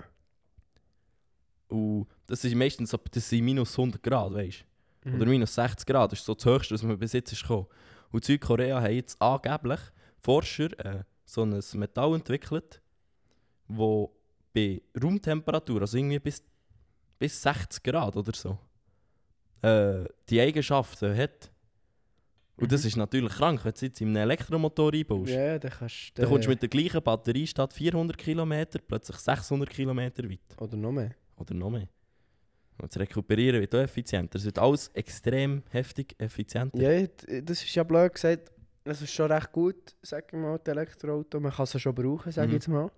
Speaker 2: Und das ist meistens so, das sind minus 100 Grad, weißt
Speaker 1: Mhm.
Speaker 2: Oder minus 60 Grad, das ist so das Höchste, was man bis jetzt ist gekommen. Und Südkorea haben jetzt angeblich Forscher äh, so ein Metall entwickelt, wo bei Raumtemperatur, also irgendwie bis, bis 60 Grad oder so, äh, die Eigenschaften hat. Und das ist natürlich krank, wenn du es jetzt in einen Elektromotor einbaust.
Speaker 1: Mhm. Ja, dann kannst du...
Speaker 2: Dann kommst du mit der gleichen Batterie statt 400 km plötzlich 600 km weit.
Speaker 1: Oder noch mehr.
Speaker 2: Oder noch mehr. Und zu rekuperieren wird auch effizienter. Es wird alles extrem heftig effizienter.
Speaker 1: Ja, d- das ist ja blöd gesagt. Es ist schon recht gut, sag ich mal, das Elektroauto. Man kann es ja schon brauchen, sag ich
Speaker 2: Mhm.
Speaker 1: jetzt mal.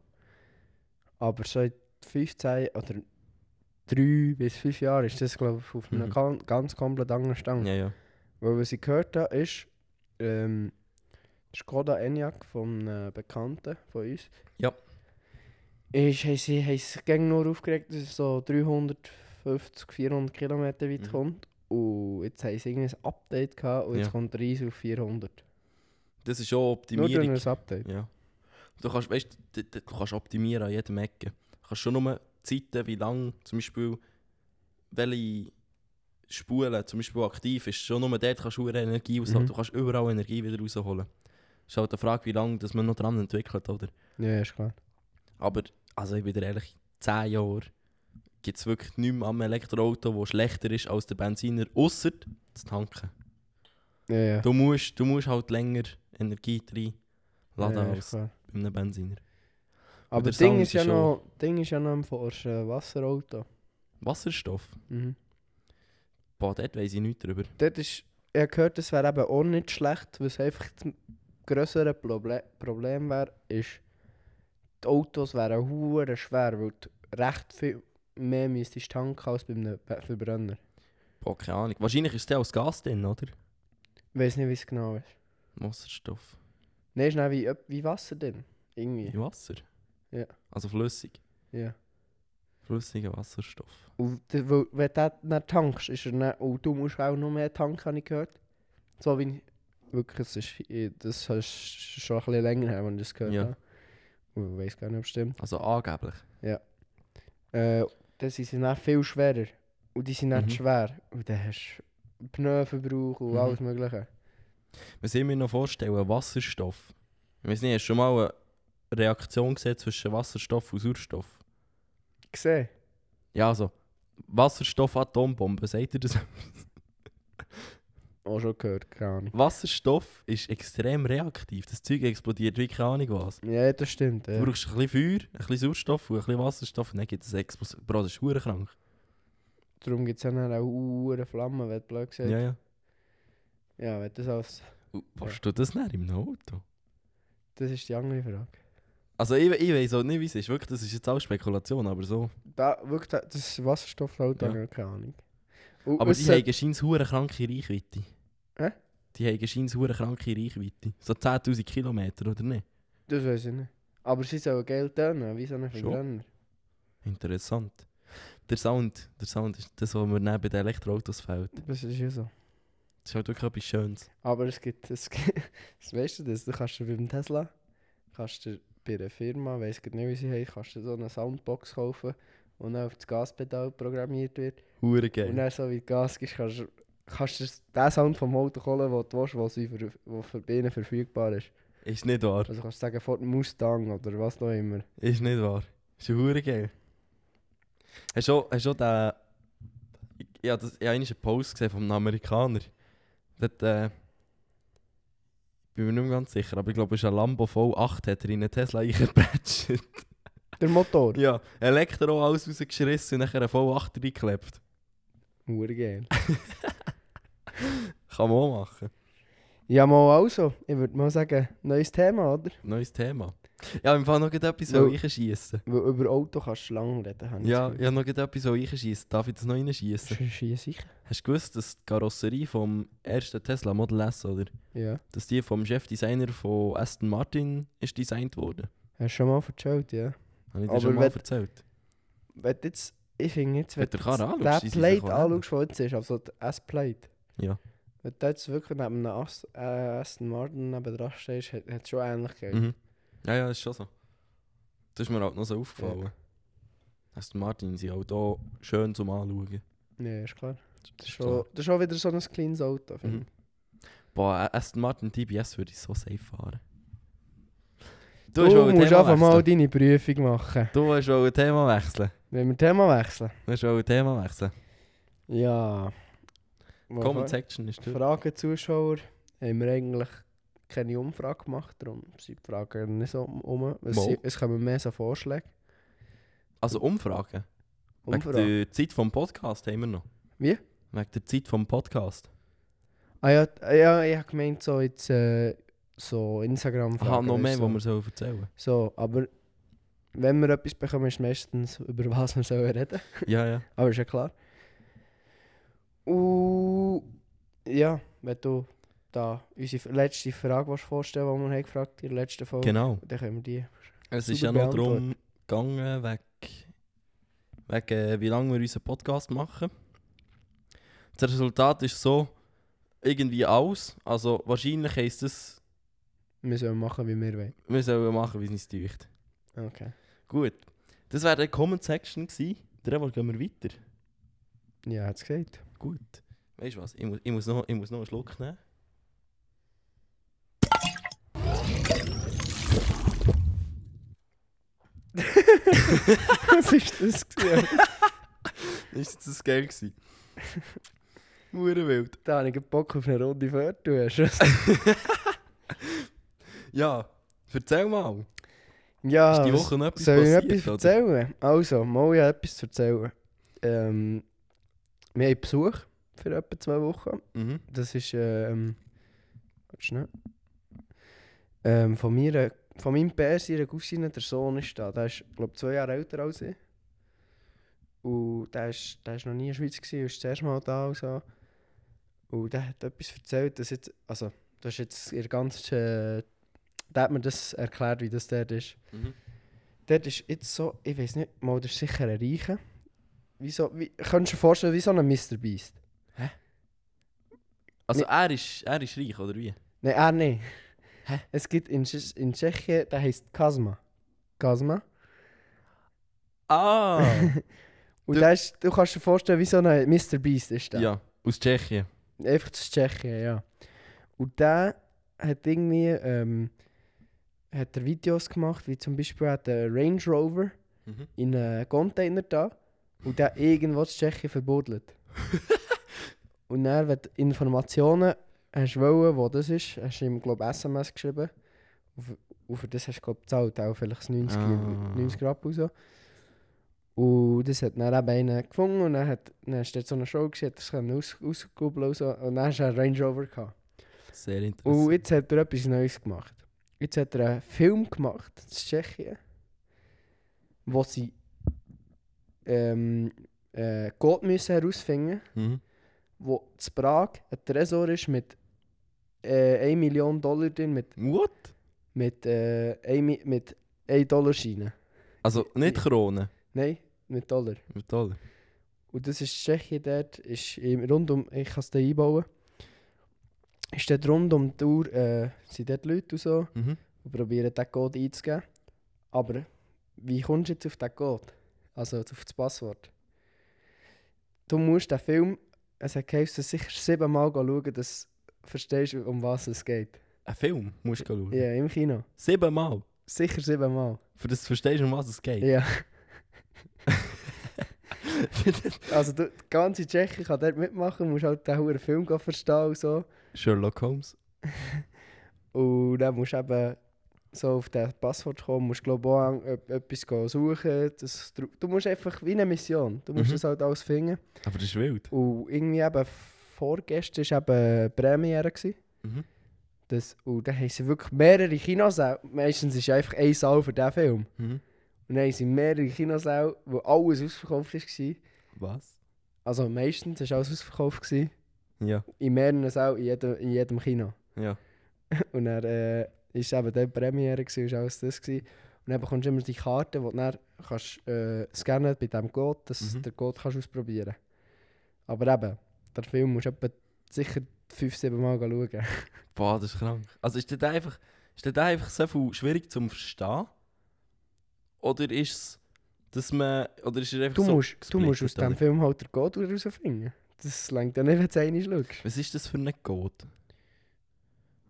Speaker 1: Aber seit 15 oder 3 bis 5 Jahren ist das, glaube ich, auf einem
Speaker 2: Mhm.
Speaker 1: gan- ganz komplett anderen Stand.
Speaker 2: ja. ja.
Speaker 1: Weil was ich gehört habe, ist, ähm, der Skoda Enyaq von einem äh, Bekannten von uns.
Speaker 2: Ja.
Speaker 1: Ist, haben sie haben sich gegen nur aufgeregt, dass es so 350, 400 Kilometer weit
Speaker 2: Mhm.
Speaker 1: kommt. Und jetzt haben sie irgendwie ein Update gehabt und jetzt
Speaker 2: Ja.
Speaker 1: kommt der Reis auf 400.
Speaker 2: Das ist
Speaker 1: Nur
Speaker 2: auch
Speaker 1: durch
Speaker 2: Optimierung.
Speaker 1: ein Update.
Speaker 2: Ja. Du kannst, weißt, du, du, du kannst optimieren an jedem Ecke. Du kannst schon nur Zeiten, wie lange zum Beispiel welche Spulen zum Beispiel aktiv ist. Schon nur dort kannst du verdammt Energie rausholen.
Speaker 1: Mhm.
Speaker 2: Du kannst überall Energie wieder rausholen. Es ist halt eine Frage, wie lange dass man noch dran entwickelt, oder?
Speaker 1: Ja, ist klar.
Speaker 2: Aber, also ich bin dir ehrlich, 10 Jahre gibt es wirklich nichts mehr am Elektroauto, das schlechter ist als der Benziner, außer das Tanken.
Speaker 1: Ja, ja.
Speaker 2: Du musst, du musst halt länger Energie reinladen
Speaker 1: ja, ja,
Speaker 2: als
Speaker 1: klar.
Speaker 2: bei einem Benziner.
Speaker 1: Aber
Speaker 2: der
Speaker 1: das Ding
Speaker 2: Sound
Speaker 1: ist ja
Speaker 2: ist
Speaker 1: noch, Ding ist ja noch im Porsche ein Wasserauto.
Speaker 2: Wasserstoff?
Speaker 1: Mhm.
Speaker 2: Boah, dort weiss ich nichts drüber.
Speaker 1: Dort ist, ich habe gehört, das wäre eben auch nicht schlecht, weil es einfach das größere Proble Problem wäre, ist, die Autos wären hure schwer, weil du recht viel mehr müsstest tanken als bei einem Be- Verbrenner.
Speaker 2: Boah, keine Ahnung. Wahrscheinlich ist der aus Gas drin, oder?
Speaker 1: Ich weiß nicht, wie es genau ist.
Speaker 2: Wasserstoff.
Speaker 1: Nein, ist nicht wie, öp- wie Wasser denn? Irgendwie.
Speaker 2: In Wasser?
Speaker 1: Ja.
Speaker 2: Also flüssig.
Speaker 1: Ja.
Speaker 2: Flüssiger Wasserstoff.
Speaker 1: Und d- weil, wenn du den dann tankst, ist er dann, und du musst auch noch mehr tanken, habe ich gehört. So wie ich, wirklich, das ist, ich- das ist schon ein bisschen länger her, wenn ich das gehört
Speaker 2: Ja.
Speaker 1: habe. Und ich weiß gar nicht, ob es stimmt.
Speaker 2: Also angeblich.
Speaker 1: Äh, das sind sie dann viel schwerer. Und die sind nicht
Speaker 2: Mhm.
Speaker 1: schwer. Und dann hast du Pneuverbrauch und
Speaker 2: Mhm.
Speaker 1: alles mögliche.
Speaker 2: Was ich mir noch vorstellen, Wasserstoff. Ich weiß nicht, hast du schon mal eine Reaktion gesehen zwischen Wasserstoff und Sauerstoff?
Speaker 1: Gesehen?
Speaker 2: Ja, also Wasserstoff-Atombombe, sagt ihr das? *laughs*
Speaker 1: Auch schon gehört, keine Ahnung.
Speaker 2: Wasserstoff ist extrem reaktiv. Das Zeug explodiert wie keine Ahnung was.
Speaker 1: Ja, das stimmt.
Speaker 2: Du
Speaker 1: Ja.
Speaker 2: brauchst ein bisschen Feuer, ein bisschen Sauerstoff und ein bisschen Wasserstoff und dann gibt es eine Explosion. Bro, das ist hure krank.
Speaker 1: Darum gibt es ja dann auch hohe Flammen, wenn du blöd gesagt.
Speaker 2: Ja, ja.
Speaker 1: ja, wenn das alles...
Speaker 2: Und Willst du das nicht im Auto?
Speaker 1: Das ist die andere Frage.
Speaker 2: Also ich, ich weiß auch nicht, wie es ist. Wirklich, das ist jetzt auch Spekulation, aber so.
Speaker 1: Da, wirklich, da- das Wasserstoffauto,
Speaker 2: Ja.
Speaker 1: ja. keine Ahnung. Und
Speaker 2: Aber
Speaker 1: es
Speaker 2: die
Speaker 1: soll-
Speaker 2: haben scheinbar hure kranke Reichweite.
Speaker 1: Hä?
Speaker 2: Die haben scheinbar hure kranke Reichweite. So 10'000 Kilometer, oder nicht?
Speaker 1: Das weiß ich nicht. Aber sie sollen Geld tönen, wie so ein
Speaker 2: Schon.
Speaker 1: Verbrenner.
Speaker 2: Interessant. Der Sound, der Sound ist das, was mir neben den Elektroautos fehlt.
Speaker 1: Das ist ja so.
Speaker 2: Das ist halt wirklich etwas Schönes.
Speaker 1: Aber es gibt, es gibt, *laughs* das weißt du das, du kannst dir beim Tesla, kannst dir bei einer Firma, weiss grad nicht wie sie heißt, kannst du so eine Soundbox kaufen und dann auf das Gaspedal programmiert wird.
Speaker 2: Hure
Speaker 1: Und
Speaker 2: geil.
Speaker 1: dann so wie Gas gibst, kannst du kannst du den Sound vom Auto holen, den du willst, was für, wo für bei ihnen verfügbar ist.
Speaker 2: Ist nicht wahr.
Speaker 1: Also kannst du sagen, Ford Mustang oder was noch immer.
Speaker 2: Ist nicht wahr. Ist ja hure geil. Hast du auch- hast du auch den... Ich, ja, das, ich habe einmal einen Post gesehen von einem Amerikaner. Dort, äh, bin mir nicht mehr ganz sicher, aber ich glaube, es ist ein Lambo V8, hat er in einen Tesla eingepatcht.
Speaker 1: Der Motor.
Speaker 2: *laughs* ja, Elektro alles rausgeschissen und nachher einen V8 reingeklebt.
Speaker 1: Hure geil.
Speaker 2: Kann man auch machen.
Speaker 1: Ja, mal also. Ich würde mal sagen, neues Thema, oder?
Speaker 2: Neues Thema. Ja, im Fall noch gerade etwas
Speaker 1: Weil-
Speaker 2: soll einschiessen.
Speaker 1: Weil über Auto kannst du lange reden. habe ich
Speaker 2: Ja,
Speaker 1: das
Speaker 2: ja, noch gerade etwas soll einschiessen. Darf ich das noch einschiessen?
Speaker 1: Gefühl. Sch- schiess ich?
Speaker 2: Hast du gewusst, dass die Karosserie vom ersten Tesla Model S, oder?
Speaker 1: Ja.
Speaker 2: Dass die vom Chefdesigner von Aston Martin ist designt worden?
Speaker 1: Hast du schon mal erzählt, ja?
Speaker 2: Habe ich dir
Speaker 1: Aber
Speaker 2: schon mal
Speaker 1: wenn-
Speaker 2: erzählt?
Speaker 1: Wenn du jetzt, ich finde jetzt, wenn
Speaker 2: Wenn du den Karren
Speaker 1: jetzt
Speaker 2: anschaust,
Speaker 1: den
Speaker 2: ist es
Speaker 1: Plate
Speaker 2: ein
Speaker 1: anschaust, der jetzt ist, also der S-Plate.
Speaker 2: Ja.
Speaker 1: Wenn du jetzt wirklich neben einem Ast- äh, Aston Martin neben dran stehst, hat es schon Ähnlichkeit.
Speaker 2: Mhm. Ja, ja, ist schon so. Das ist mir halt noch so aufgefallen. Aston Martin sind halt auch schön zum Anschauen.
Speaker 1: Ja, ist klar. Das ist,
Speaker 2: Ist
Speaker 1: schon,
Speaker 2: Mhm. klar.
Speaker 1: das ist schon wieder so ein kleines Auto, finde
Speaker 2: Mhm. Boah, Aston Martin TBS würde ich so safe fahren.
Speaker 1: ich.
Speaker 2: hast
Speaker 1: Du
Speaker 2: wollen
Speaker 1: musst
Speaker 2: Thema
Speaker 1: einfach mal
Speaker 2: wechseln.
Speaker 1: deine Prüfung machen.
Speaker 2: Du hast ein Thema wechseln.
Speaker 1: Wenn wir Thema wechseln.
Speaker 2: Du hast ein Thema wechseln.
Speaker 1: Ja.
Speaker 2: Comment Section ist durch.
Speaker 1: Fragen Zuschauer haben wir eigentlich keine Umfrage gemacht, darum sind die Fragen nicht so um. Es,
Speaker 2: Mal.
Speaker 1: es kommen mehr so Vorschläge.
Speaker 2: Also Umfragen.
Speaker 1: Umfragen.
Speaker 2: Wegen der Zeit vom Podcast haben wir noch.
Speaker 1: Wie?
Speaker 2: Wegen der Zeit vom Podcast.
Speaker 1: Ah ja, ah ja ich habe gemeint, so jetzt äh, so instagram
Speaker 2: Aha, noch mehr,
Speaker 1: so.
Speaker 2: wo wir so erzählen.
Speaker 1: So, aber wenn wir etwas bekommen, ist meistens, über was wir sollen reden.
Speaker 2: ja, ja.
Speaker 1: Aber ist ja klar. Und ja, wenn du da unsere letzte Frage willst vorstellen die wir haben gefragt in der letzten Folge,
Speaker 2: Genau. Dus
Speaker 1: dann können wir die.
Speaker 2: Es
Speaker 1: Super
Speaker 2: ist ja noch darum
Speaker 1: beantwortet.
Speaker 2: gegangen, wegen, wegen äh, wie lange wir unseren Podcast machen. Das Resultat ist so, irgendwie aus. Also wahrscheinlich heisst es,
Speaker 1: Wir sollen machen, wie wir wollen.
Speaker 2: wir sollen machen, wie es uns täuscht.
Speaker 1: Okay.
Speaker 2: Gut. Das wäre die Dus Comment Section gewesen. Dann gehen wir weiter.
Speaker 1: Ja, hat's gesagt. *laughs*
Speaker 2: Gut. Weißt du was? Ich muss, ich, muss noch, ich muss noch einen Schluck nehmen. *laughs*
Speaker 1: was ist das? gewesen?
Speaker 2: Ist das geil gewesen? Hure wild.
Speaker 1: Da habe ich gerade Bock auf eine Runde fort, du hast es.
Speaker 2: *laughs* Ja, erzähl mal.
Speaker 1: *laughs* Ja,
Speaker 2: ist die
Speaker 1: was-
Speaker 2: Woche noch etwas
Speaker 1: Soll ich
Speaker 2: passiert?
Speaker 1: etwas
Speaker 2: oder?
Speaker 1: erzählen? Also, mal ich habe etwas zu erzählen. Ähm, wir haben Besuch für etwa zwei Wochen.
Speaker 2: Mhm.
Speaker 1: Das ist ähm, warte schnell. Ähm, von, mir, von meinem PS, ihrer Cousine, der Sohn ist da. Der ist, glaube ich, zwei Jahre älter als ich. Und der ist, der ist noch nie in der Schweiz, gewesen, ist das erste Mal da und so. Und der hat etwas erzählt, dass jetzt, also, das ist jetzt ihr ganz, äh, der hat mir das dus erklärt, wie das dort ist.
Speaker 2: Mhm.
Speaker 1: Dort ist jetzt so, ich weiß nicht, mal das ist sicher ein Reicher. Wie so, wie, kannst du dir vorstellen, wie so ein Mr. Beast?
Speaker 2: Also
Speaker 1: Nee.
Speaker 2: er ist, er ist reich, oder wie?
Speaker 1: Nein, ah, nein.
Speaker 2: Hä?
Speaker 1: Es gibt in, Tsche- in Tschechien, der heißt Kasma. Kasma.
Speaker 2: Ah!
Speaker 1: *laughs* Und
Speaker 2: Du-
Speaker 1: du, ist, du kannst dir vorstellen, wie so ein Mr. Beast ist der.
Speaker 2: ja, aus Tschechien.
Speaker 1: Einfach aus Tschechien, ja. Und der hat irgendwie ähm, hat er Videos gemacht, wie zum Beispiel hat der Range Rover
Speaker 2: Mhm.
Speaker 1: in einen Container da und der irgendwo in Tschechien verbudelt. und dann, wenn du Informationen hast wollen, wo das ist, hast du ihm, glaube ich, SMS geschrieben. Und für- Und für das hast du, glaube ich, gezahlt, auch vielleicht 90,
Speaker 2: Ah.
Speaker 1: 90 Rappen und so. Und das hat dann eben einen gefunden und dann, hat, dann hast du dort so eine Show gesehen, das können aus, auskuppeln und so. Und dann hast du einen Range Rover gehabt.
Speaker 2: Sehr
Speaker 1: Und
Speaker 2: interessant.
Speaker 1: jetzt hat er etwas Neues gemacht. Jetzt hat er einen Film gemacht in Tschechien, wo sie ähm, äh, Gott müssen herausfinden
Speaker 2: Mhm.
Speaker 1: wo in Prag ein Tresor ist mit äh, 1 Million Dollar drin, mit,
Speaker 2: What?
Speaker 1: mit, äh, 1, Mi- mit 1 Dollar Scheinen.
Speaker 2: Also nicht Kronen.
Speaker 1: Nein, mit Dollar.
Speaker 2: Mit Dollar.
Speaker 1: Und das ist Tschechien dort, ist im, rund um, ich kann es da einbauen, ist dort rund um die Uhr, äh, sind dort Leute und so.
Speaker 2: Mhm.
Speaker 1: und probieren diesen Code einzugeben. Aber wie kommst du jetzt auf diesen Code? Also auf das Passwort? Du musst den Film, es hat geheißen, sicher siebenmal schauen, dass du verstehst, um was es geht.
Speaker 2: Ein Film musst du schauen.
Speaker 1: Ja, im Kino.
Speaker 2: Siebenmal.
Speaker 1: Sicher siebenmal.
Speaker 2: Für das du verstehst, um was es geht.
Speaker 1: Ja. Also du, die ganze Tschechien kann dort mitmachen, musst halt den hohen Film gehen verstehen und so.
Speaker 2: *laughs* Sherlock Holmes.
Speaker 1: Und dann musst du eben so auf das Passwort kommen, musst glaube ich auch et- etwas gehen suchen. Das, dr- du musst einfach wie eine Mission, du musst
Speaker 2: Mhm.
Speaker 1: das halt alles finden.
Speaker 2: Aber das ist wild.
Speaker 1: Und irgendwie eben vorgestern war eben Premiere. Gewesen.
Speaker 2: Mhm.
Speaker 1: Das, und dann haben sie wirklich mehrere Kinosäle. Meistens ist einfach ein Saal für diesen Film.
Speaker 2: Mhm.
Speaker 1: Und dann haben sie mehrere Kinosäle, wo alles ausverkauft war.
Speaker 2: Was?
Speaker 1: Also meistens war alles ausverkauft. Gewesen.
Speaker 2: Ja.
Speaker 1: In mehreren Sälen, in jedem, in jedem Kino.
Speaker 2: Ja.
Speaker 1: *laughs* Und dann äh, ist eben dann die Premiere gewesen, ist alles das gewesen. Und dann bekommst du immer die Karte, die du dann kannst, äh, scannen bei diesem Code, dass
Speaker 2: Mhm.
Speaker 1: der Code kannst ausprobieren kannst. Aber eben, der Film musst du etwa sicher fünf, sieben Mal schauen.
Speaker 2: *laughs* Boah, das ist krank. Also ist das einfach, ist das einfach so viel schwierig zum Verstehen? Oder ist es, dass man, oder ist es einfach
Speaker 1: Du,
Speaker 2: so
Speaker 1: musst, du musst aus diesem
Speaker 2: gesplittet, oder?
Speaker 1: Film halt den Code herausfinden. Das längt ja nicht, wenn du einen schaust.
Speaker 2: Was ist das für ein Code?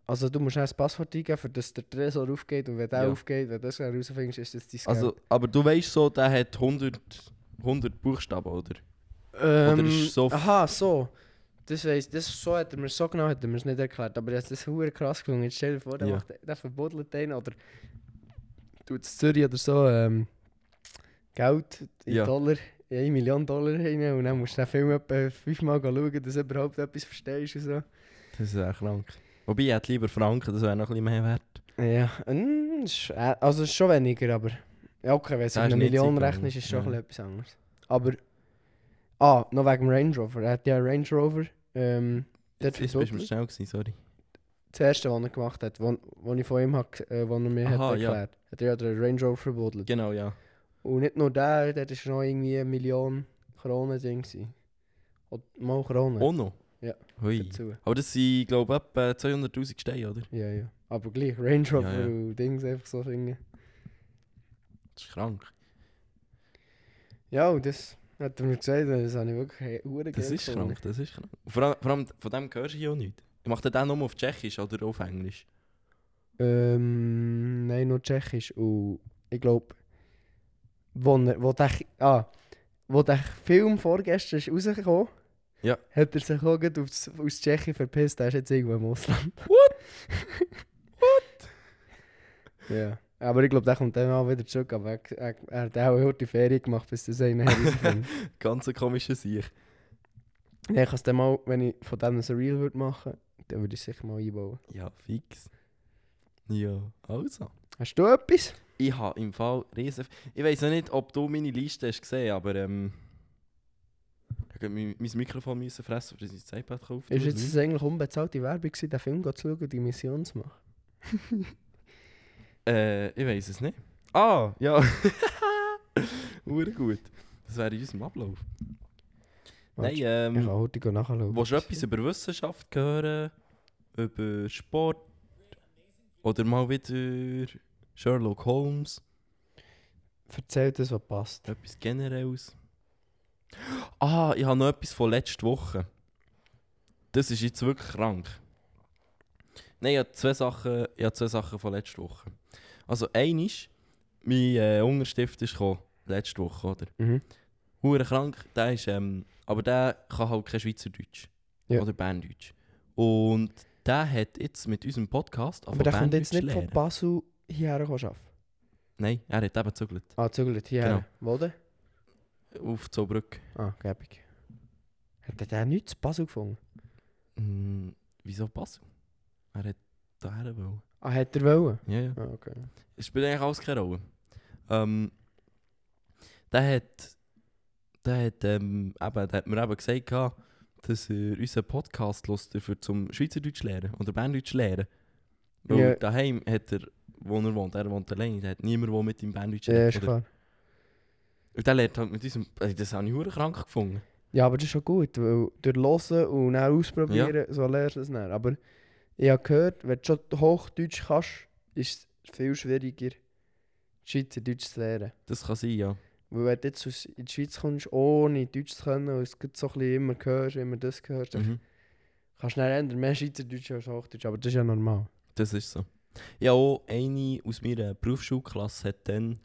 Speaker 1: Also du musst erst das Passwort eingeben, für dass der Tresor aufgeht und wenn der
Speaker 2: Ja.
Speaker 1: aufgeht, wenn du das herausfindest, ist das dein
Speaker 2: Also, aber du weißt so, der hat 100, 100 Buchstaben, oder?
Speaker 1: Geld. Ähm,
Speaker 2: oder ist so-
Speaker 1: Aha, Dus so. Das weiss, das so hat er mir so genau hat er mir es nicht erklärt, aber das ist hure krass gelungen. Jetzt stell dir vor, der,
Speaker 2: Ja.
Speaker 1: macht, der verbudelt den oder tut in Zürich oder so ähm, Geld in
Speaker 2: Ja.
Speaker 1: Dollar, in 1 Million Dollar rein und dann musst du den Film etwa fünfmal schauen, dass du dus überhaupt etwas verstehst und so.
Speaker 2: Das ist echt krank. Wobei, ich hätte lieber Franken, das wäre noch ein bisschen mehr wert.
Speaker 1: Ja, mm, ist, äh, also ist schon weniger, aber. Ja, okay, wenn es
Speaker 2: Da
Speaker 1: auf
Speaker 2: ist
Speaker 1: eine
Speaker 2: nicht
Speaker 1: Million
Speaker 2: Zeit,
Speaker 1: rechnest, ist schon
Speaker 2: ja.
Speaker 1: ein bisschen etwas anderes. Aber. Ah, noch wegen dem Range Rover. Er hat ja einen Range Rover. Ähm, dort
Speaker 2: Jetzt bist du mir
Speaker 1: verdoppelt.
Speaker 2: schnell gewesen, sorry.
Speaker 1: Das erste, was er gemacht hat, was ich von ihm hab, g- äh, wo er mir
Speaker 2: Aha,
Speaker 1: hat
Speaker 2: ja.
Speaker 1: erklärt hat. Er hat ja den Range Rover verbodelt.
Speaker 2: Genau, ja.
Speaker 1: Und nicht nur der, der ist noch nou irgendwie eine Million Kronen Ding. gewesen. Oder mal Kronen
Speaker 2: Oh no.
Speaker 1: Ja.
Speaker 2: Hui.
Speaker 1: dazu.
Speaker 2: Aber das sind, glaube ich, etwa 200'000 Steine, oder?
Speaker 1: Ja, ja. Aber gleich, Range Rover
Speaker 2: ja.
Speaker 1: und Dings einfach so finden.
Speaker 2: Das ist krank.
Speaker 1: Ja, und das hat er mir gesagt, das habe ich wirklich hure
Speaker 2: Das
Speaker 1: geil
Speaker 2: ist
Speaker 1: gefunden.
Speaker 2: krank, das ist krank. Vor allem, vor allem von dem hörst du ja auch nichts. Macht er den nur auf Tschechisch oder auf Englisch?
Speaker 1: Ähm, nein, nur Tschechisch. Und ich glaube, wo, er- wo der, Ki- ah, wo der Film vorgestern ist rausgekommen
Speaker 2: Ja.
Speaker 1: hat er sich auch gleich aufs, aus Tschechien verpisst. Der ist jetzt irgendwo im Ausland. What? What? *laughs* Ja. Aber ich glaube, der kommt dann auch wieder zurück. Aber er, er, er hat auch heute Ferien gemacht, bis das einen herauskommt.
Speaker 2: Ganz ein komischer Sieg.
Speaker 1: Nein, ich kann es dann mal, wenn ich von dem so Reel würde machen, dann würde ich es sicher mal einbauen.
Speaker 2: Ja, fix. Ja, also.
Speaker 1: Hast du etwas?
Speaker 2: Ich habe im Fall riesen... Ich weiß noch nicht, ob du meine Liste hast gesehen, aber ähm... Ich habe mein, mein Mikrofon müssen fressen, weil ich das iPad kaufen
Speaker 1: Ist jetzt das eigentlich unbezahlte Werbung gewesen, den Film zu schauen und die Mission zu machen?
Speaker 2: Äh, ich weiß es nicht. Ah, ja. *laughs* Ur gut. Das wäre in unserem Ablauf. Nein,
Speaker 1: Warte, Ich
Speaker 2: ähm...
Speaker 1: kann heute nachschauen.
Speaker 2: Willst du etwas über Wissenschaft hören? Über Sport? Oder mal wieder Sherlock Holmes?
Speaker 1: Erzähl das, was passt.
Speaker 2: Etwas generelles. Ah, ich habe noch etwas von letzter Woche. Das ist jetzt wirklich krank. Nein, ich habe zwei Sachen, ich habe zwei Sachen von letzter Woche. Also, eine ist, mein äh, Unterstift ist gekommen, letzte Woche, oder?
Speaker 1: Mhm.
Speaker 2: Hure krank, der ist, ähm, aber der kann halt kein Schweizerdeutsch.
Speaker 1: Ja.
Speaker 2: Oder Berndeutsch. Und der hat jetzt mit unserem Podcast
Speaker 1: Aber der kommt jetzt
Speaker 2: Berndeutsch
Speaker 1: nicht von
Speaker 2: lernen.
Speaker 1: Basel hierher arbeiten.
Speaker 2: Nein, er hat eben gezögert.
Speaker 1: Ah, zügelt
Speaker 2: Genau.
Speaker 1: hierher. Wo denn?
Speaker 2: Auf Zobrück.
Speaker 1: Ah, gäbig. Hat der nichts zu Basel gefunden?
Speaker 2: Mm, wieso Basel? Er hat daher wollen.
Speaker 1: Ah, hat er wollen?
Speaker 2: Ja, ja.
Speaker 1: Ah, okay.
Speaker 2: Es spielt eigentlich alles keine Rolle. Ähm, der hat, der hat, ähm, eben, der hat mir eben gesagt, gehabt, dass er unseren Podcast hört, für zum Schweizerdeutsch lernen oder Berndeutsch lernen. Weil
Speaker 1: Ja.
Speaker 2: daheim hat er, wo er wohnt, er wohnt allein, da hat niemand, der mit ihm Berndeutsch
Speaker 1: Ja, ist
Speaker 2: oder-
Speaker 1: klar.
Speaker 2: Und der lernt halt mit diesem, Ey, das habe ich hure krank gefunden.
Speaker 1: Ja, aber das ist schon gut, weil durch Hören und dann ausprobieren, so lernst du es dann. Aber ich habe gehört, wenn du schon Hochdeutsch kannst, ist es viel schwieriger, Schweizerdeutsch zu lernen.
Speaker 2: Das kann sein, Dus ja.
Speaker 1: Weil wenn du jetzt aus- in die Schweiz kommst, ohne Deutsch zu können, und es gerade so ein bisschen immer hörst, immer das hörst, dann
Speaker 2: Mhm.
Speaker 1: kannst du dann ändern, mehr Schweizerdeutsch als Hochdeutsch, aber das ist ja normal.
Speaker 2: Das ist so. Ja, auch eine aus meiner Berufsschulklasse hat dann,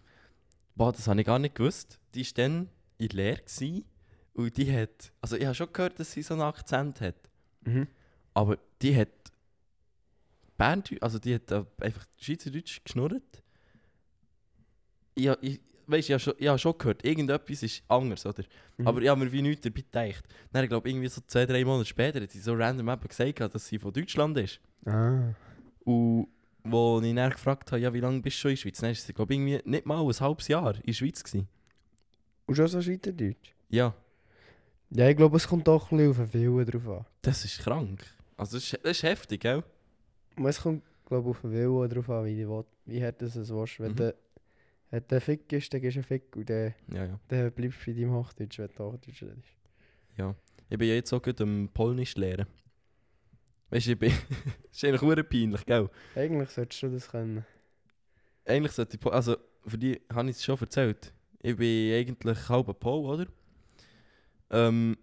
Speaker 2: boah, das habe ich gar nicht gewusst, die war dann in der Lehre gewesen, und die hat, also ich habe schon gehört, dass sie so einen Akzent hat,
Speaker 1: Mhm.
Speaker 2: aber die hat Berndeutsch, also die hat äh, einfach Schweizerdeutsch geschnurrt. Ja, ich, weißt, ich habe schon, ich habe schon gehört, irgendetwas ist anders, oder?
Speaker 1: Mhm.
Speaker 2: Aber ich habe mir wie nichts dabei gedacht. Dann, ich glaube, irgendwie so zwei, drei Monate später hat sie so random eben gesagt, dass sie von Deutschland ist.
Speaker 1: Ah.
Speaker 2: Und wo ich dann gefragt habe, ja, wie lange bist du schon in der Schweiz? Dann war sie, glaube ich, irgendwie nicht mal ein halbes Jahr in der Schweiz. Gewesen.
Speaker 1: Und schon so Schweizerdeutsch?
Speaker 2: Ja,
Speaker 1: Ja, ich glaube, es kommt doch ein bisschen auf den Willen drauf an.
Speaker 2: das ist krank. Also, das ist, das ist heftig, gell?
Speaker 1: Und es kommt, glaube ich, auf den Willen drauf an, wie, du will, wie hart du es willst. Wenn
Speaker 2: Mhm.
Speaker 1: du wenn du ein Fick ist, dann gehst du ein Fick und dann,
Speaker 2: Ja, ja.
Speaker 1: dann bleibst du bei deinem Hochdeutsch, wenn du Hochdeutsch redest.
Speaker 2: Ich bin ja jetzt auch gerade am Polnisch lernen. Weißt du, ich bin. *laughs* das ist eigentlich hure peinlich, gell?
Speaker 1: Eigentlich solltest du das können.
Speaker 2: Eigentlich sollte ich. Po- Also, für die habe ich es schon erzählt. Ich bin eigentlich halber Pol, oder? Ähm,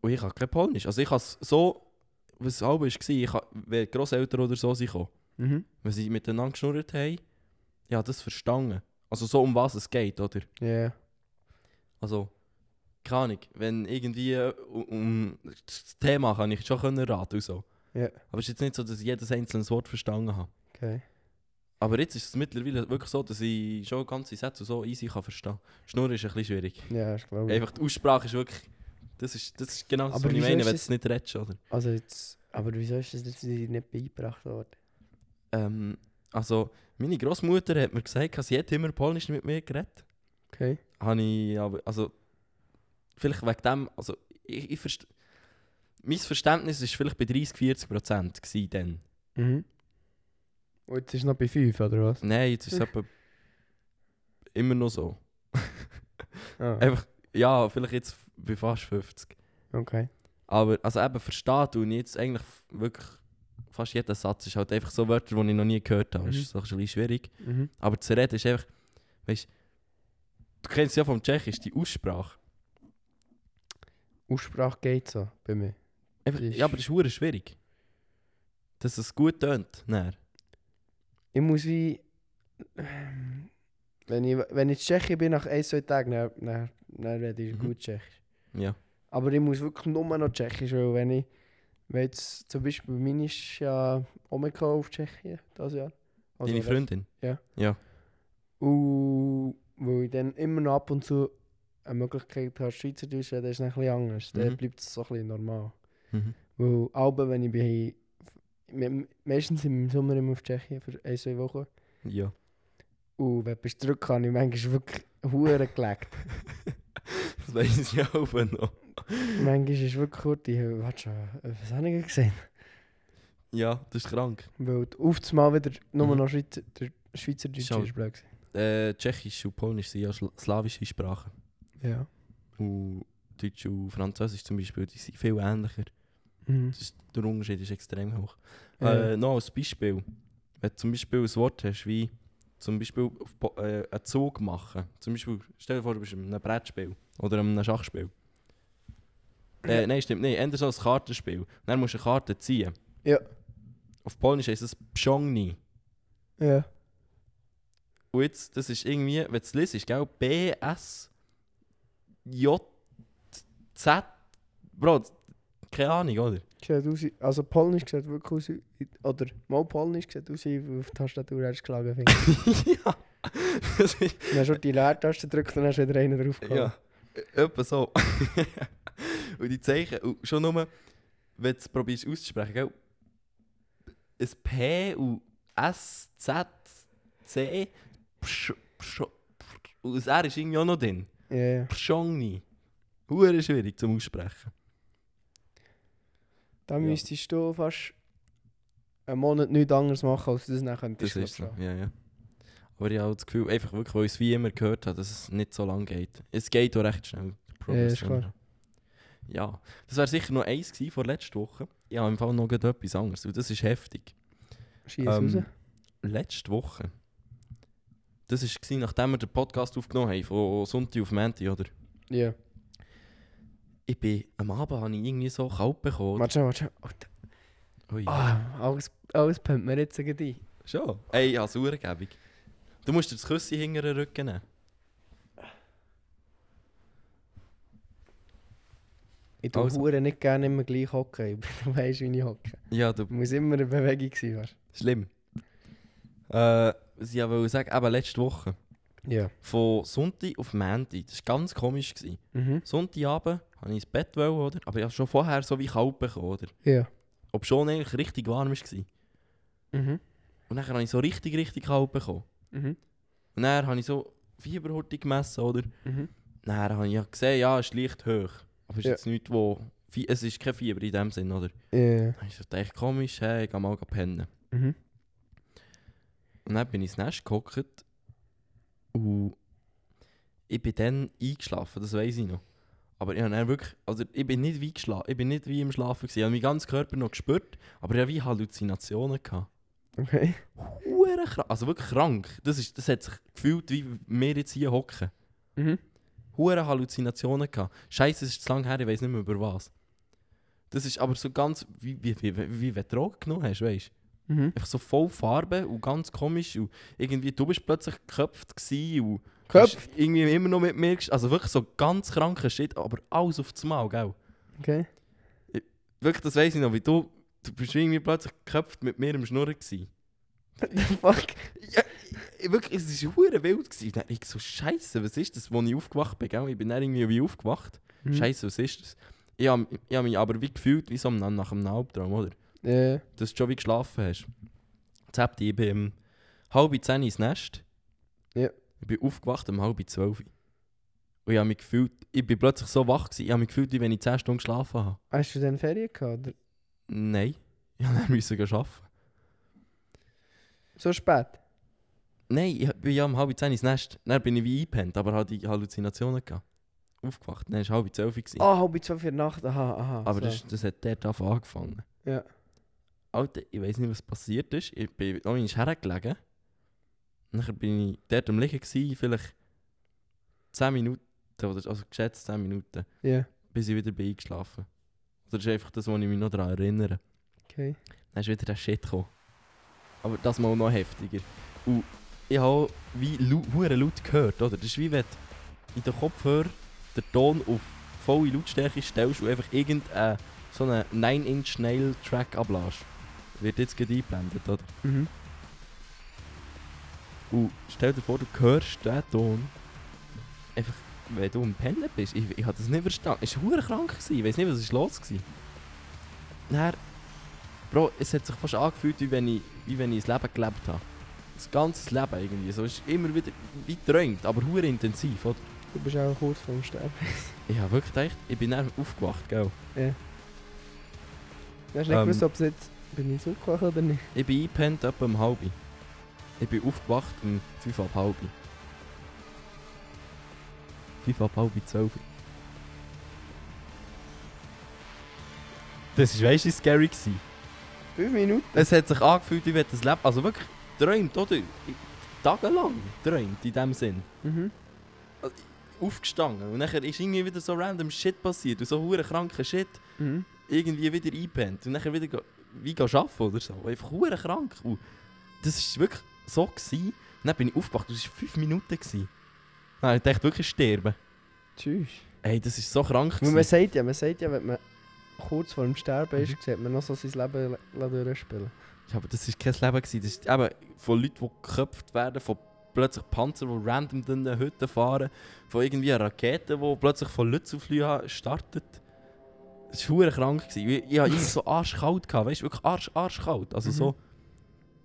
Speaker 2: und ich habe kein Polnisch. Also, ich habe es so. Was es halb war, ich habe, wenn Grosseltern oder so sind gekommen.
Speaker 1: Mhm.
Speaker 2: wenn sie miteinander geschnurrt haben, ja, das verstanden. Also so um was es geht, oder?
Speaker 1: Ja.
Speaker 2: Also, keine Ahnung, wenn irgendwie äh, um, um das Thema kann ich schon können raten und so.
Speaker 1: Ja.
Speaker 2: Aber es ist jetzt nicht so, dass ich jedes einzelne Wort verstanden habe.
Speaker 1: Okay.
Speaker 2: Aber jetzt ist es mittlerweile wirklich so, dass ich schon ganze Sätze so easy kann verstehen kann. Schnurren ist ein bisschen schwierig.
Speaker 1: Ja, ich glaube.
Speaker 2: Einfach die Aussprache ist wirklich... Das ist, das ist genau das,
Speaker 1: Aber
Speaker 2: was ich
Speaker 1: wieso
Speaker 2: meine,
Speaker 1: ist
Speaker 2: wenn du
Speaker 1: das-
Speaker 2: es nicht redest, oder?
Speaker 1: Also jetzt, aber wieso ist das jetzt dir nicht beigebracht worden?
Speaker 2: Ähm, also, meine Großmutter hat mir gesagt, sie hat immer Polnisch mit mir geredet.
Speaker 1: Okay.
Speaker 2: habe ich aber, also vielleicht wegen dem, also ich, ich verste- mein Verständnis ist vielleicht bei 30, 40 Prozent gsi dann.
Speaker 1: Mhm. Oh, Und jetzt ist noch bei 5, oder was?
Speaker 2: Nein, jetzt ist
Speaker 1: Hm.
Speaker 2: es etwa immer noch so.
Speaker 1: Ah,
Speaker 2: Einfach, ja, vielleicht jetzt bei fast 50.
Speaker 1: okay.
Speaker 2: Aber, also eben verstehe und jetzt eigentlich f- wirklich fast jeder Satz ist halt einfach so Wörter, die ich noch nie gehört habe. Das
Speaker 1: Mhm.
Speaker 2: ist so ein bisschen schwierig.
Speaker 1: Mhm.
Speaker 2: Aber zu reden ist einfach, weißt du, kennst ja vom Tschechisch, die Aussprache.
Speaker 1: Aussprache geht so bei mir.
Speaker 2: Einfach,
Speaker 1: Das ist-
Speaker 2: ja, aber das ist hure schwierig. Dass es gut tönt. Nein.
Speaker 1: ehm, Ich muss wie. Wenn ich, wenn ich in Tschechien bin, nach ein, zwei Tagen, dann, dann, dann rede ich
Speaker 2: Mhm.
Speaker 1: gut Tschechisch.
Speaker 2: Ja.
Speaker 1: Aber ich muss wirklich nur noch Tschechisch, weil wenn ich, wenn jetzt zum Beispiel meine ist ja Omeka auf Tschechien, das Jahr. Also
Speaker 2: Deine
Speaker 1: letztes-
Speaker 2: Freundin?
Speaker 1: Ja.
Speaker 2: Ja.
Speaker 1: Und weil ich dann immer noch ab und zu eine Möglichkeit habe, Schweizerdeutsch zu reden, ist es dann ein bisschen anders. Dann
Speaker 2: Mhm.
Speaker 1: bleibt es so ein bisschen normal.
Speaker 2: Mhm.
Speaker 1: Weil aber wenn ich bei me- meistens im Sommer immer auf Tschechien für ein, zwei Wochen.
Speaker 2: *laughs* Ja.
Speaker 1: Und wenn ich zurück habe, ich manchmal wirklich Huren gelegt.
Speaker 2: Das weiss ich ja auch noch.
Speaker 1: manchmal ist wirklich kurz, ich warte schon, äh, was habe ich gesehen?
Speaker 2: Ja, das ist krank.
Speaker 1: Weil auf das Mal wieder nur
Speaker 2: Mhm.
Speaker 1: noch Schweizer, der Schweizerdeutsch
Speaker 2: Schau.
Speaker 1: ist blöd gewesen.
Speaker 2: Äh, Tschechisch und Polnisch sind ja schla- slawische Sprachen.
Speaker 1: Ja.
Speaker 2: Und Deutsch und Französisch zum Beispiel, die sind viel ähnlicher.
Speaker 1: Mhm.
Speaker 2: Das ist, der Unterschied ist extrem hoch.
Speaker 1: Äh,
Speaker 2: Äh, noch als Beispiel. Wenn du zum Beispiel ein Wort hast, wie zum Beispiel auf Po- äh, einen Zug machen. Zum Beispiel, stell dir vor, du bist in einem Brettspiel oder in einem Schachspiel. Äh, nein, stimmt nicht. Ändert so ein Kartenspiel. Dann musst du eine Karte ziehen.
Speaker 1: Ja.
Speaker 2: Auf Polnisch heisst es Pschongni.
Speaker 1: ja.
Speaker 2: Und jetzt, das ist irgendwie, wenn du es liest, gell? B, S, J, Z. Bro, keine Ahnung, oder? *laughs*
Speaker 1: Sieht aus, wie- also Polnisch sieht wirklich aus, wie- oder mal Polnisch sieht aus, wie auf die Tastatur hast geschlagen findest.
Speaker 2: ja. Das ist-
Speaker 1: Wenn du schon die Leertaste drückst, dann hast du wieder einen draufgehauen.
Speaker 2: Ja, e- etwa so. *laughs* und die Zeichen, und schon nur, wenn du es probierst auszusprechen, gell? Ein P und S, Z, C, Psch, Psch, Psch- und das R ist irgendwie auch noch drin.
Speaker 1: Ja, ja.
Speaker 2: Pschongni. Hure schwierig zum Aussprechen.
Speaker 1: Da
Speaker 2: Ja.
Speaker 1: müsstest du fast einen Monat nichts anderes machen, als du das dann
Speaker 2: Das
Speaker 1: könntest.
Speaker 2: ist so, ja, ja. Aber ich habe das Gefühl, einfach wirklich, weil ich es wie immer gehört habe, dass es nicht so lange geht. Es geht auch recht schnell. der Progress,
Speaker 1: ist klar.
Speaker 2: den wir haben. Ja, das wäre sicher noch eins gewesen vor letzter Woche. Ich habe im Fall noch gerade etwas anderes und das ist heftig.
Speaker 1: Schieß
Speaker 2: Ähm,
Speaker 1: raus.
Speaker 2: Letzte Woche, das war gewesen, nachdem wir den Podcast aufgenommen haben, von Sonntag auf Montag, oder?
Speaker 1: Ja.
Speaker 2: Ich bin, am Abend habe ich irgendwie so kalt bekommen.
Speaker 1: Warte, schnell, warte. schnell. Oh, da-
Speaker 2: Ui.
Speaker 1: Ah, alles, alles pumpt mir jetzt gegen dich.
Speaker 2: Schon? Ey, ich habe Sauergebung. Du musst dir das Küsschen hinter den Rücken nehmen.
Speaker 1: Ich tue
Speaker 2: Also.
Speaker 1: Huren nicht gerne immer gleich hocken. Du weißt, wie ich *laughs* hocke.
Speaker 2: Ja, du
Speaker 1: Ich muss immer eine Bewegung sein. Weißt?
Speaker 2: Schlimm. Äh, was ich wollte sagen, eben letzte Woche.
Speaker 1: Ja.
Speaker 2: Von Sonntag auf Montag. Das war ganz komisch. Gewesen.
Speaker 1: Mhm.
Speaker 2: Sonntagabend wollte ich ins Bett, wollen, oder? aber ich habe schon vorher so wie kalt bekommen, oder?
Speaker 1: Ja.
Speaker 2: Ob schon eigentlich richtig warm war.
Speaker 1: Mhm.
Speaker 2: Und dann habe ich so richtig, richtig kalt bekommen.
Speaker 1: Mhm.
Speaker 2: Und dann habe ich so Fieberhorte gemessen, oder?
Speaker 1: Mhm.
Speaker 2: Dann habe ich ja gesehen, ja, es ist leicht hoch. Aber es ist
Speaker 1: Ja.
Speaker 2: jetzt nichts, wo... Fie- Es ist kein Fieber in dem Sinn, oder?
Speaker 1: Ja.
Speaker 2: Dann habe ich so gedacht, komisch, hey, ich gehe mal pennen.
Speaker 1: Mhm.
Speaker 2: Und dann bin ich ins Nest gehockt und ich bin dann eingeschlafen, das weiß ich noch. Aber ich habe dann wirklich, also ich bin nicht wie geschlafen, ich bin nicht wie im Schlafen gewesen. Ich habe meinen ganzen Körper noch gespürt, aber ich habe wie Halluzinationen gehabt.
Speaker 1: Okay.
Speaker 2: Hure krank, also wirklich krank. Das, ist, das hat sich gefühlt, wie wir jetzt hier hocken.
Speaker 1: Mhm.
Speaker 2: Hure Halluzinationen gehabt. Scheiße, es ist zu lange her, ich weiß nicht mehr über was. Das ist aber so ganz, wie, wie, wie, wie, wie wenn du Drogen genommen hast, weißt du?
Speaker 1: Mhm.
Speaker 2: Einfach so voll Farbe und ganz komisch. Und irgendwie, du bist plötzlich geköpft gewesen und
Speaker 1: Köpf.
Speaker 2: hast irgendwie immer noch mit mir gesch- Also wirklich so ganz kranker Shit, aber alles auf das Mal, gell?
Speaker 1: Okay. *laughs*
Speaker 2: Wirklich, das weiss ich noch, wie du, du bist irgendwie plötzlich geköpft mit mir im Schnurren gewesen.
Speaker 1: What the fuck?
Speaker 2: Ja, ich- wirklich, es war hure wild gewesen. Dann ich so, Scheiße, was ist das, wo ich aufgewacht bin, gell? Ich bin dann irgendwie wie aufgewacht.
Speaker 1: Mhm.
Speaker 2: Scheiße, was ist das? Ich habe hab mich aber wie gefühlt, wie so am- nach einem Albtraum, oder?
Speaker 1: Ja.
Speaker 2: dass du schon wie geschlafen hast. Jetzt hab ich beim halb zehn ins Nest.
Speaker 1: Ja.
Speaker 2: Ich bin aufgewacht um halb zwölf. Und ich habe mich gefühlt, ich bin plötzlich so wach gewesen, ich habe mich gefühlt, wie wenn ich 10 Stunden geschlafen habe.
Speaker 1: Hast du denn Ferien gehabt? Oder?
Speaker 2: Nein, ich habe dann *laughs* müssen gehen arbeiten.
Speaker 1: So spät?
Speaker 2: Nein, ich bin ja um halb zehn ins Nest. Dann bin ich wie eingepennt, aber hatte die Halluzinationen gehabt. Aufgewacht, dann war es halb zwölf. gewesen.
Speaker 1: Ah, halb zwei für die Nacht. Aha, aha.
Speaker 2: aber
Speaker 1: so.
Speaker 2: das, das hat dort davon angefangen.
Speaker 1: Also. Ja.
Speaker 2: Alter, ich weiß nicht, was passiert ist. Ich bin noch in hergelegen. Nachher bin ich dort am Liegen, gewesen, vielleicht 10 Minuten, oder also geschätzt 10 Minuten,
Speaker 1: Ja.
Speaker 2: bis ich wieder bin eingeschlafen Oder das ist einfach das, was ich mich noch daran erinnere.
Speaker 1: Okay.
Speaker 2: Dann ist wieder der Shit gekommen. Aber das mal noch heftiger. Und ich habe wie lau- hure laut gehört, oder? Das ist wie wenn du in den Kopfhörer den Ton auf volle Lautstärke stellst und einfach irgendeinen so einen 9-Inch-Nail-Track ablässt. Wird jetzt gerade eingeblendet, oder?
Speaker 1: Mhm.
Speaker 2: Und stell dir vor, du hörst den Ton. Einfach, wenn du am Pennen bist. Ich, ich habe das nicht verstanden. Es war hure krank. gewesen. Ich weiß nicht, was ist los war. Nachher, Bro, es hat sich fast angefühlt, wie wenn ich, wie wenn ich das Leben gelebt habe. Das ganze Leben irgendwie. So ist immer wieder wie träumt, aber hure intensiv, oder?
Speaker 1: Du bist auch kurz vorm Sterben.
Speaker 2: Ich habe wirklich gedacht, ich bin dann aufgewacht, gell?
Speaker 1: Du hast nicht
Speaker 2: Ähm.
Speaker 1: gewusst, ob es jetzt bin ich zurückgekommen oder nicht.
Speaker 2: Ich bin eingepennt etwa um halb. Ich bin aufgewacht um 5 ab halb. 5 ab halb 12. Das ist weißt du, scary gewesen.
Speaker 1: Fünf Minuten?
Speaker 2: Es hat sich angefühlt, wie wenn das Leben, also wirklich träumt, oder? Ich- Tagelang träumt in dem Sinn.
Speaker 1: Mhm.
Speaker 2: Aufgestanden und nachher ist irgendwie wieder so random Shit passiert und so hure kranker Shit.
Speaker 1: Mhm.
Speaker 2: irgendwie wieder eingepennt und dann wieder go- wie go arbeiten oder so. Einfach hure krank. Und das war wirklich so. Gewesen. Und dann bin ich aufgewacht und es war fünf Minuten. Gewesen. Nein, ich dachte wirklich sterben.
Speaker 1: Tschüss.
Speaker 2: Ey, das ist so krank.
Speaker 1: Und man
Speaker 2: gewesen.
Speaker 1: sagt ja, man sagt ja, wenn man kurz vor dem Sterben ist,
Speaker 2: Mhm.
Speaker 1: sieht man noch so sein Leben la- la- durchspielen.
Speaker 2: Ja, aber das war kein Leben. Gewesen. Das ist eben von Leuten, die geköpft werden, von plötzlich Panzer, die random in den Hütten fahren, von irgendwie Raketen, die plötzlich von Lütz auf Lüha startet. Das war hure krank. Gewesen. Ich, ich hatte irgendwie
Speaker 1: *laughs*
Speaker 2: so arschkalt. Gehabt, weißt du, wirklich arsch, arschkalt. Also
Speaker 1: Mhm.
Speaker 2: so...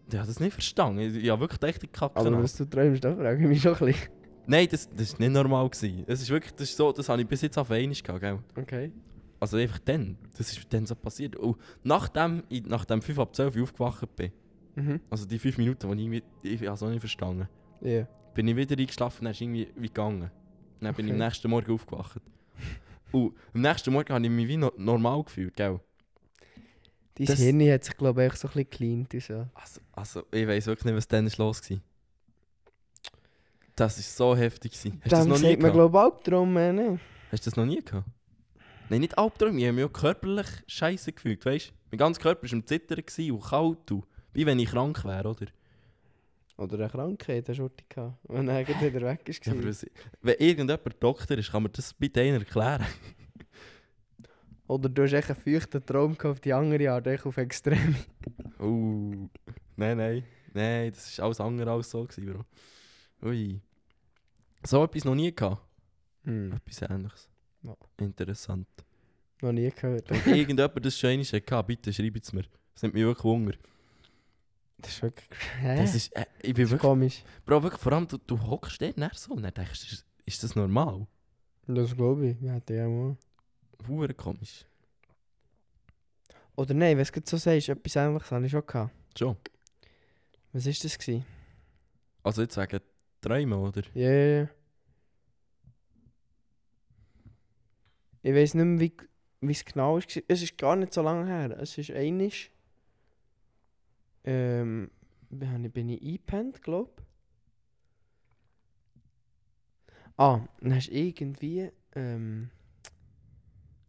Speaker 2: Ich habe das nicht verstanden. Ich, ich habe wirklich gedacht, ich kacke
Speaker 1: Aber
Speaker 2: ab.
Speaker 1: was du träumst, da frage ich mich schon ein bisschen.
Speaker 2: Nein, das, das ist nicht normal. Gewesen. Das ist wirklich, das ist so, das habe ich bis jetzt auf einmal gehabt, gell?
Speaker 1: Okay.
Speaker 2: Also einfach dann. Das ist dann so passiert. Und nachdem ich nach dem 5 ab 12 Uhr aufgewacht bin,
Speaker 1: Mhm.
Speaker 2: also die 5 Minuten, die ich, mit- ich habe es auch nicht verstanden,
Speaker 1: Ja.
Speaker 2: bin ich wieder eingeschlafen und dann ist irgendwie wie gegangen. Dann bin ich
Speaker 1: Okay.
Speaker 2: am nächsten Morgen aufgewacht. Und am nächsten Morgen habe ich mich wie no normal gefühlt, gell?
Speaker 1: Dein
Speaker 2: Das-
Speaker 1: Hirn hat sich, glaube ich, echt so ein bisschen geleint. und So.
Speaker 2: Also, also ich weiß wirklich nicht, was dann ist los war. Das war so heftig. gewesen. Hast du das
Speaker 1: Dann
Speaker 2: noch nie
Speaker 1: sagt man,
Speaker 2: gehabt?
Speaker 1: glaube ich, Albtraum, äh, ne?
Speaker 2: Hast du das noch nie gehabt? Nein, nicht Albträume. Ich habe mich auch körperlich scheiße gefühlt, weißt du? Mein ganzer Körper war am Zittern gewesen und kalt. Und wie wenn ich krank wäre, oder?
Speaker 1: Oder eine Krankheit hast du heute gehabt, wenn er gerade wieder weg ist.
Speaker 2: Ja, aber was- wenn irgendjemand Doktor ist, kann man das bitte einer erklären.
Speaker 1: Oder du hast echt einen feuchten Traum gehabt, auf die andere Art, echt auf extrem.
Speaker 2: Oh. Nein, nein. Nein, das war alles andere als so, gewesen, Bro. Ui. So etwas noch nie gehabt.
Speaker 1: Hm.
Speaker 2: Etwas Ähnliches.
Speaker 1: Ja.
Speaker 2: Interessant.
Speaker 1: Noch nie gehört.
Speaker 2: Wenn irgendjemand das schon einmal hatte, bitte schreibt es mir. Das nimmt mich wirklich Hunger.
Speaker 1: Das ist wirklich... Hä?
Speaker 2: Das ist, äh, ich
Speaker 1: Das
Speaker 2: bin
Speaker 1: ist
Speaker 2: wirklich
Speaker 1: komisch.
Speaker 2: Bro, wirklich, vor allem, du, du hockst dort nach so und dann denkst du, ist- ist das normal?
Speaker 1: Das glaube ich. Ja, die auch.
Speaker 2: Hure komisch.
Speaker 1: Oder nein, wenn du es gerade so sagst, etwas Ähnliches habe ich schon gehabt.
Speaker 2: Schon.
Speaker 1: Was war das? Gewesen?
Speaker 2: Also jetzt wegen Träumen, oder?
Speaker 1: Ja, ja, ja. Ich weiß nicht mehr, wie, wie es genau war. Es ist gar nicht so lange her. Es ist einisch. Ähm, bin ich, bin ich eingepennt, glaube Ah, dann hast du irgendwie ähm,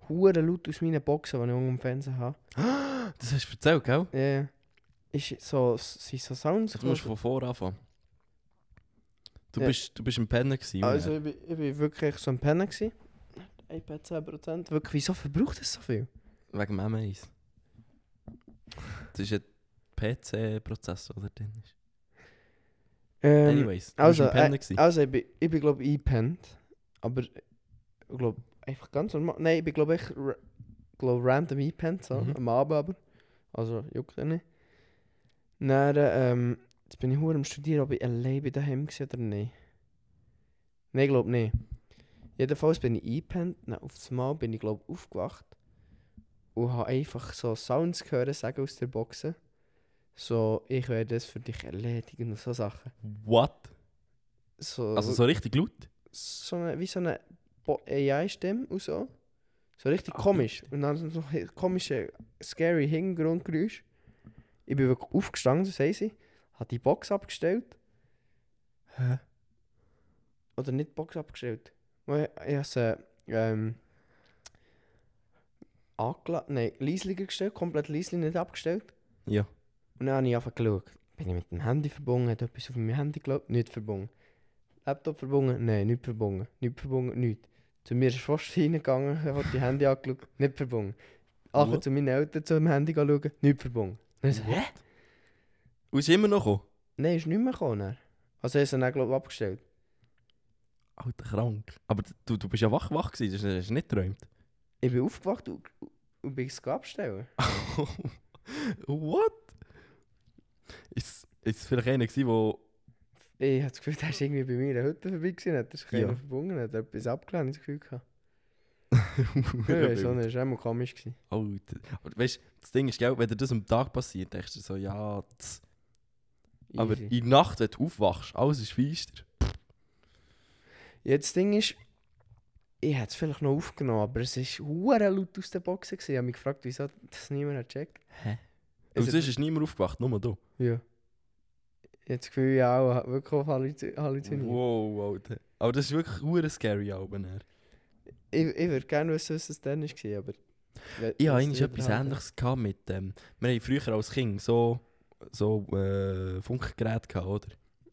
Speaker 1: hure laut aus meinen Boxen, die ich unter dem Fernseher habe.
Speaker 2: Das hast du erzählt, gell?
Speaker 1: Ja, ja. Ist so, es sind so Sounds
Speaker 2: Du musst
Speaker 1: gekommen.
Speaker 2: von vorne anfangen. Du,
Speaker 1: Ja.
Speaker 2: bist, du bist im Pennen gewesen.
Speaker 1: Also
Speaker 2: Also,
Speaker 1: ich bin, ich bin wirklich so am Pennen gewesen. iPad eh, 10%. Wirklich, wieso verbraucht es so viel?
Speaker 2: wegen dem M1. Das ist ein PC-Prozessor, der drin ist.
Speaker 1: Ähm,
Speaker 2: Anyways, du
Speaker 1: also,
Speaker 2: bist im Pennen gewesen.
Speaker 1: Also ich bin, ich bin glaube ich eingepennt. Aber ich glaube einfach ganz normal. Nein, ich bin glaube ich ra- glaub, random eingepennt. So,
Speaker 2: Mhm.
Speaker 1: Am Abend aber. Also juckt ja nicht. Dann, ähm, jetzt bin ich hure am Studieren, ob ich allein bin daheim war oder nicht. Nein, ich glaube nicht. Jedenfalls bin ich eingepennt. Dann auf das Mal bin ich glaube aufgewacht. Und habe einfach so Sounds gehört, sagen aus der Boxen. So, ich werde das für dich erledigen und so Sachen.
Speaker 2: What?
Speaker 1: So,
Speaker 2: Also so richtig laut?
Speaker 1: so eine, wie so eine Bo- AI-Stimme und so. So richtig
Speaker 2: Ah,
Speaker 1: komisch. Und dann so ein komische, scary Hintergrundgeräusch. Ich bin wirklich aufgestanden, so sagen sie. Hat die Box abgestellt.
Speaker 2: Hä?
Speaker 1: Oder nicht die Box abgestellt. Weil Ich habe sie ähm, angela- nein, leislicher gestellt, komplett leislich nicht abgestellt.
Speaker 2: Ja.
Speaker 1: Und dann habe ich einfach geschaut. bin ich mit dem Handy verbunden, hat etwas auf meinem Handy gelobt, nicht verbunden. Laptop verbunden, nein, nicht verbunden, nicht verbunden, nicht. Zu mir ist fast *laughs* reingegangen, hat die Handy angeschaut, nicht verbunden. Ach,
Speaker 2: What?
Speaker 1: zu meinen Eltern zum Handy schauen, nicht verbunden. Dann so, hä?
Speaker 2: Und ist immer noch gekommen?
Speaker 1: Nein, ist nicht mehr gekommen. dann. Also, er ist dann, glaube ich, abgestellt.
Speaker 2: Alter, krank. Aber du, du bist ja wach wach gewesen, das hast du nicht geträumt. *laughs*
Speaker 1: Ich bin aufgewacht und, und bin es abstellen.
Speaker 2: What? Ist ist vielleicht einer gewesen, der...
Speaker 1: Ich habe das Gefühl, der ist irgendwie bei mir in der Hütte vorbei gewesen, hat sich keiner
Speaker 2: Ja.
Speaker 1: verbunden, hat etwas abgelehnt, hab ich das Gefühl gehabt.
Speaker 2: Hure
Speaker 1: *laughs* Ja, so
Speaker 2: wild.
Speaker 1: nicht, war auch komisch. Gewesen.
Speaker 2: Alter. Aber weißt du, das Ding ist, gell, wenn dir das am Tag passiert, denkst du so, ja, tss. aber
Speaker 1: Easy.
Speaker 2: in der Nacht, wenn du aufwachst, alles ist feister.
Speaker 1: Jetzt das Ding ist, ich hätte es vielleicht noch aufgenommen, aber es war hure laut aus der Box. Gewesen. Ich habe mich gefragt, wieso das niemand hat gecheckt.
Speaker 2: Hä? Und
Speaker 1: Also-
Speaker 2: sonst ist niemand aufgewacht, nur du.
Speaker 1: Ja. Jetzt das Gefühl, ja, auch wirklich auf Halluzin- halluziniert.
Speaker 2: Wow, Oh, Alter. Aber das ist wirklich hure scary, Alben.
Speaker 1: Ich, ich würde gerne wissen, was es dann war, aber... we-
Speaker 2: Ich habe
Speaker 1: was
Speaker 2: eigentlich
Speaker 1: die
Speaker 2: etwas
Speaker 1: überhaupt-
Speaker 2: Ähnliches gehabt mit dem. wir haben früher als Kind so, so äh, Funkgeräte gehabt, oder?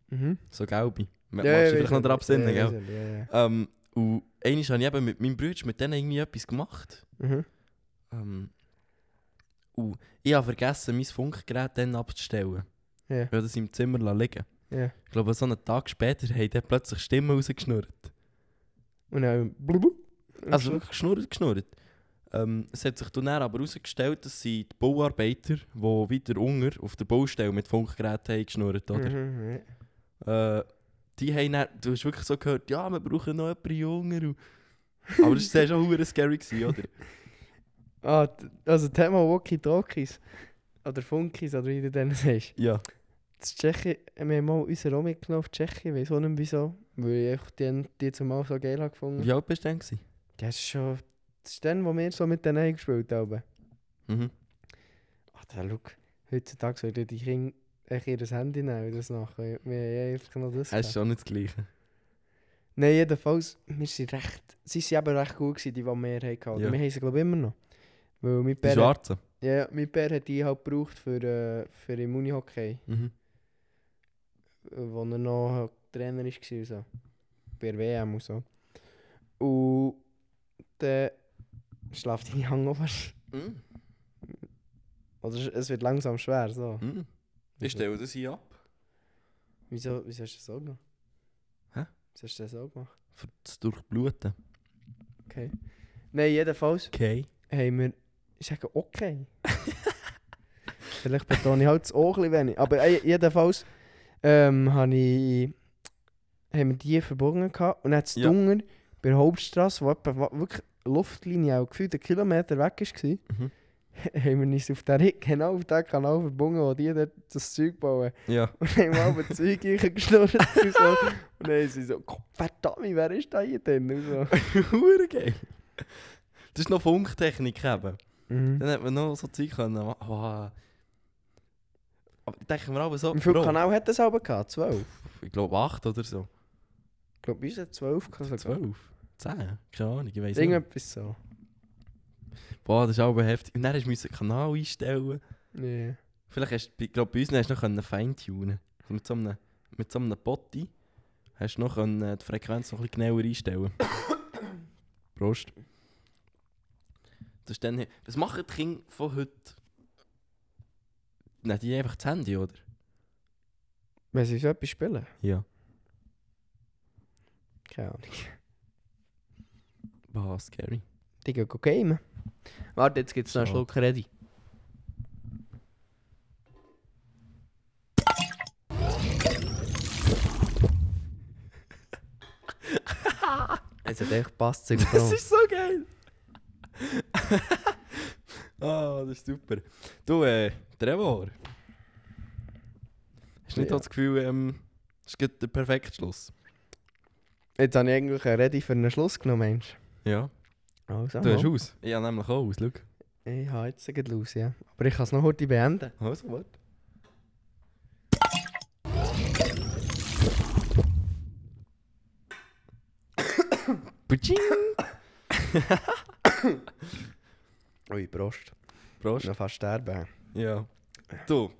Speaker 1: Mhm.
Speaker 2: So gelbe. Ja,
Speaker 1: Ja,
Speaker 2: Magst du dich
Speaker 1: ja,
Speaker 2: vielleicht noch
Speaker 1: weiss ich.
Speaker 2: daran besinnen,
Speaker 1: ja,
Speaker 2: gell?
Speaker 1: weiss ich, Ja, ja.
Speaker 2: Ähm, und einmal habe ich eben mit meinem Bruder mit denen irgendwie etwas gemacht.
Speaker 1: Mhm.
Speaker 2: Ähm, uh, ich habe vergessen, mein Funkgerät dann abzustellen.
Speaker 1: Ja.
Speaker 2: Ich habe das im Zimmer liegen lassen.
Speaker 1: Ja.
Speaker 2: Ich glaube, so einen Tag später haben dann plötzlich Stimmen rausgeschnurrt.
Speaker 1: Und dann... blub, blub.
Speaker 2: Also wirklich geschnurrt, geschnurrt. Ähm, es hat sich dann aber herausgestellt, dass sie die Bauarbeiter, die weiter unter auf der Baustelle mit Funkgeräten haben geschnurrt, oder?
Speaker 1: Mhm, ja.
Speaker 2: Äh, die haben dann, du hast wirklich so gehört, ja, wir brauchen noch jemanden Jünger. und- Aber das war schon verdammt scary, gewesen, oder?
Speaker 1: Ah, d- also Thema Walkie-Talkies. Oder Funkis, oder wie du *laughs* denn sagst.
Speaker 2: *laughs* Ja.
Speaker 1: Das Tschechien, wir haben mal unseren auch mitgenommen auf Tschechien, ich weiß auch nicht mehr wieso. Weil ich einfach die, die zumal so geil habe gefunden.
Speaker 2: Wie alt bist du denn? gewesen?
Speaker 1: Das ist schon... Das ist dann, wo wir so mit denen haben gespielt haben.
Speaker 2: Mhm.
Speaker 1: Ach, der Look. Heutzutage sollten die Kinder echt ihr Handy nehmen und das nachher. Wir haben einfach noch das
Speaker 2: Das
Speaker 1: gehabt.
Speaker 2: ist schon nicht das Gleiche.
Speaker 1: Nein, jedenfalls, wir sind recht... Sie waren eben recht gut, gewesen, die, die wir hatten. Oder
Speaker 2: Ja.
Speaker 1: Wir haben sie, glaube ich, immer noch. Weil mein
Speaker 2: Die
Speaker 1: Bär, hat,
Speaker 2: Schwarzen.
Speaker 1: ja, ja, mein Bär hat die halt gebraucht für, äh, für im Unihockey.
Speaker 2: Mhm.
Speaker 1: wo er noch Trainer war. und So. Bei der WM und so. Und dann schläft deine Hangover.
Speaker 2: Mhm.
Speaker 1: Oder es- es wird langsam schwer. So.
Speaker 2: Mhm. Ich stelle das hier ab.
Speaker 1: Wieso, wieso hast du das so gemacht?
Speaker 2: Hä?
Speaker 1: Wieso hast du das so gemacht?
Speaker 2: Für das Durchbluten.
Speaker 1: Okay. Nein, jedenfalls
Speaker 2: Okay.
Speaker 1: haben wir. Ich sage okay. Vielleicht betone ich halt das auch ein bisschen wenig. Aber ey, jedenfalls ähm, habe ich, haben wir die verbunden gehabt. Und dann hat es
Speaker 2: Ja.
Speaker 1: Dunger bei der Hauptstraße, wo etwa, wa- wirklich Luftlinie auch gefühlt einen Kilometer weg war, *laughs*
Speaker 2: Mhm.
Speaker 1: haben wir uns auf der, genau auf den Kanal verbunden, wo die dort das Zeug *laughs* bauen.
Speaker 2: Ja. *laughs*
Speaker 1: Und haben wir aber Zeug reingeschnurrt *laughs* und so. Und dann haben sie so, «Gott, verdammt, wer ist da hier denn? Und
Speaker 2: *laughs*
Speaker 1: so.
Speaker 2: Hure geil. Das ist noch Funktechnik eben.
Speaker 1: Mhm.
Speaker 2: Dann hat man noch so Zeug können. ma- Wow. Aber ich denke mir aber so.
Speaker 1: Wie viel
Speaker 2: Bro,
Speaker 1: Kanal hat das aber gehabt? Zwölf?
Speaker 2: Ich glaube 8 oder so.
Speaker 1: Ich glaube, bei uns hat zwölf gehabt. sogar.
Speaker 2: 12? 10? Keine Ahnung, ich weiß nicht.
Speaker 1: Irgendetwas so.
Speaker 2: Boah, das ist aber heftig. Und dann musst du den Kanal einstellen.
Speaker 1: Ja.
Speaker 2: Vielleicht hast du, ich glaube, bei uns hast du noch können feintunen. Also mit so einem, mit so einem Botti hast du noch können, äh, die Frequenz noch ein bisschen genauer einstellen. *coughs* Prost. Das ist dann, was machen die Kinder von heute? Nehmen die einfach das Handy, oder?
Speaker 1: Wenn sie so etwas spielen?
Speaker 2: Ja.
Speaker 1: Keine Ahnung.
Speaker 2: Boah, scary.
Speaker 1: Die gehen go gamen. Warte, jetzt gibt es noch einen
Speaker 2: Schade.
Speaker 1: Schluck *laughs* Ready. Es hat echt passt zu
Speaker 2: Das ist so geil! Ah, das ist super. Du, äh, Trevor. Hast du nicht
Speaker 1: Ja.
Speaker 2: das Gefühl, ähm, das ist gerade der perfekte Schluss?
Speaker 1: Jetzt habe ich eigentlich einen Ready für einen Schluss genommen, Mensch.
Speaker 2: Ja.
Speaker 1: Also,
Speaker 2: Du hast
Speaker 1: mal.
Speaker 2: aus. Ich habe nämlich auch aus, schau.
Speaker 1: ich habe jetzt gerade raus, ja. Aber ich kann es noch heute beenden.
Speaker 2: Also, warte. Putsching!
Speaker 1: Ui, Prost.
Speaker 2: Prost.
Speaker 1: Ich fast sterben.
Speaker 2: Ja. Du.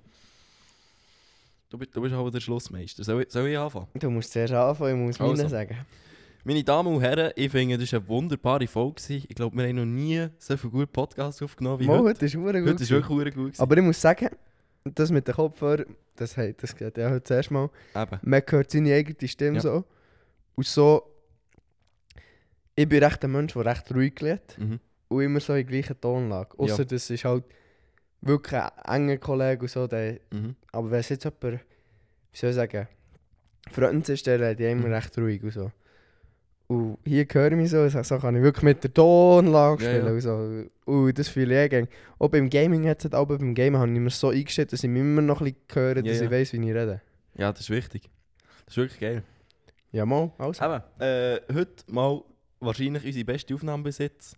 Speaker 2: Du bist, du bist halt der Schlussmeister. Soll ich, soll ich anfangen?
Speaker 1: Du musst zuerst anfangen, ich muss
Speaker 2: Also.
Speaker 1: meine sagen.
Speaker 2: Meine Damen und Herren, ich finde, das war eine wunderbare Folge. gewesen. Ich glaube, wir haben noch nie so viele gute Podcasts aufgenommen wie
Speaker 1: Mal,
Speaker 2: heute.
Speaker 1: heute ist verdammt gut.
Speaker 2: Heute ist
Speaker 1: gewesen.
Speaker 2: wirklich verdammt gut. gewesen.
Speaker 1: Aber ich muss sagen, das mit den Kopfhörern, das, hey, das geht ja heute zuerst mal.
Speaker 2: Eben.
Speaker 1: Man hört seine eigene Stimme
Speaker 2: Ja.
Speaker 1: so. Und so. Ich bin recht ein Mensch, der recht ruhig lebt.
Speaker 2: Mhm.
Speaker 1: Und immer so in der gleichen Tonlage.
Speaker 2: Ja.
Speaker 1: Außer das ist halt wirklich ein enger Kollege und so. Der,
Speaker 2: Mhm.
Speaker 1: aber wenn es jetzt jemand, wie soll ich sagen, Freund ist, der redet ja immer
Speaker 2: Mhm.
Speaker 1: recht ruhig und so. Und hier höre ich mich so, so kann ich wirklich mit der Tonlage
Speaker 2: Ja,
Speaker 1: spielen
Speaker 2: ja.
Speaker 1: und so. Und das fühle ich eh gern. Auch beim Gaming hat es aber beim Gaming habe ich mir so eingestellt, dass ich mich immer noch ein bisschen höre,
Speaker 2: Ja,
Speaker 1: dass
Speaker 2: ja.
Speaker 1: ich weiss, wie ich rede.
Speaker 2: Ja, das ist wichtig. Das ist wirklich geil.
Speaker 1: Ja, mal, also.
Speaker 2: Eben, äh, heute mal wahrscheinlich unsere beste Aufnahme bis jetzt.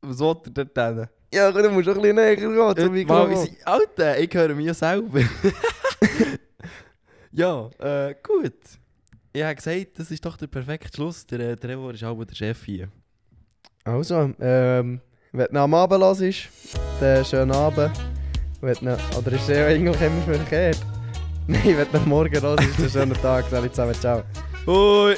Speaker 2: Was wollt ihr denn? Äh,
Speaker 1: Ja, gut, du musst auch ein bisschen näher gehen zum
Speaker 2: mal
Speaker 1: Mikrofon.
Speaker 2: unsere Alter, ich höre mir selber. *laughs* ja, äh, gut. Ich habe gesagt, das ist doch der perfekte Schluss. Der äh, Trevor ist auch der Chef hier.
Speaker 1: Also, ähm, wenn du am Abend los ist, dann schönen Abend. Wenn du, oder ist ja eigentlich immer *laughs* verkehrt? Nein, wenn du am Morgen los ist, dann schönen Tag. Salut zusammen, ciao.
Speaker 2: Hoi!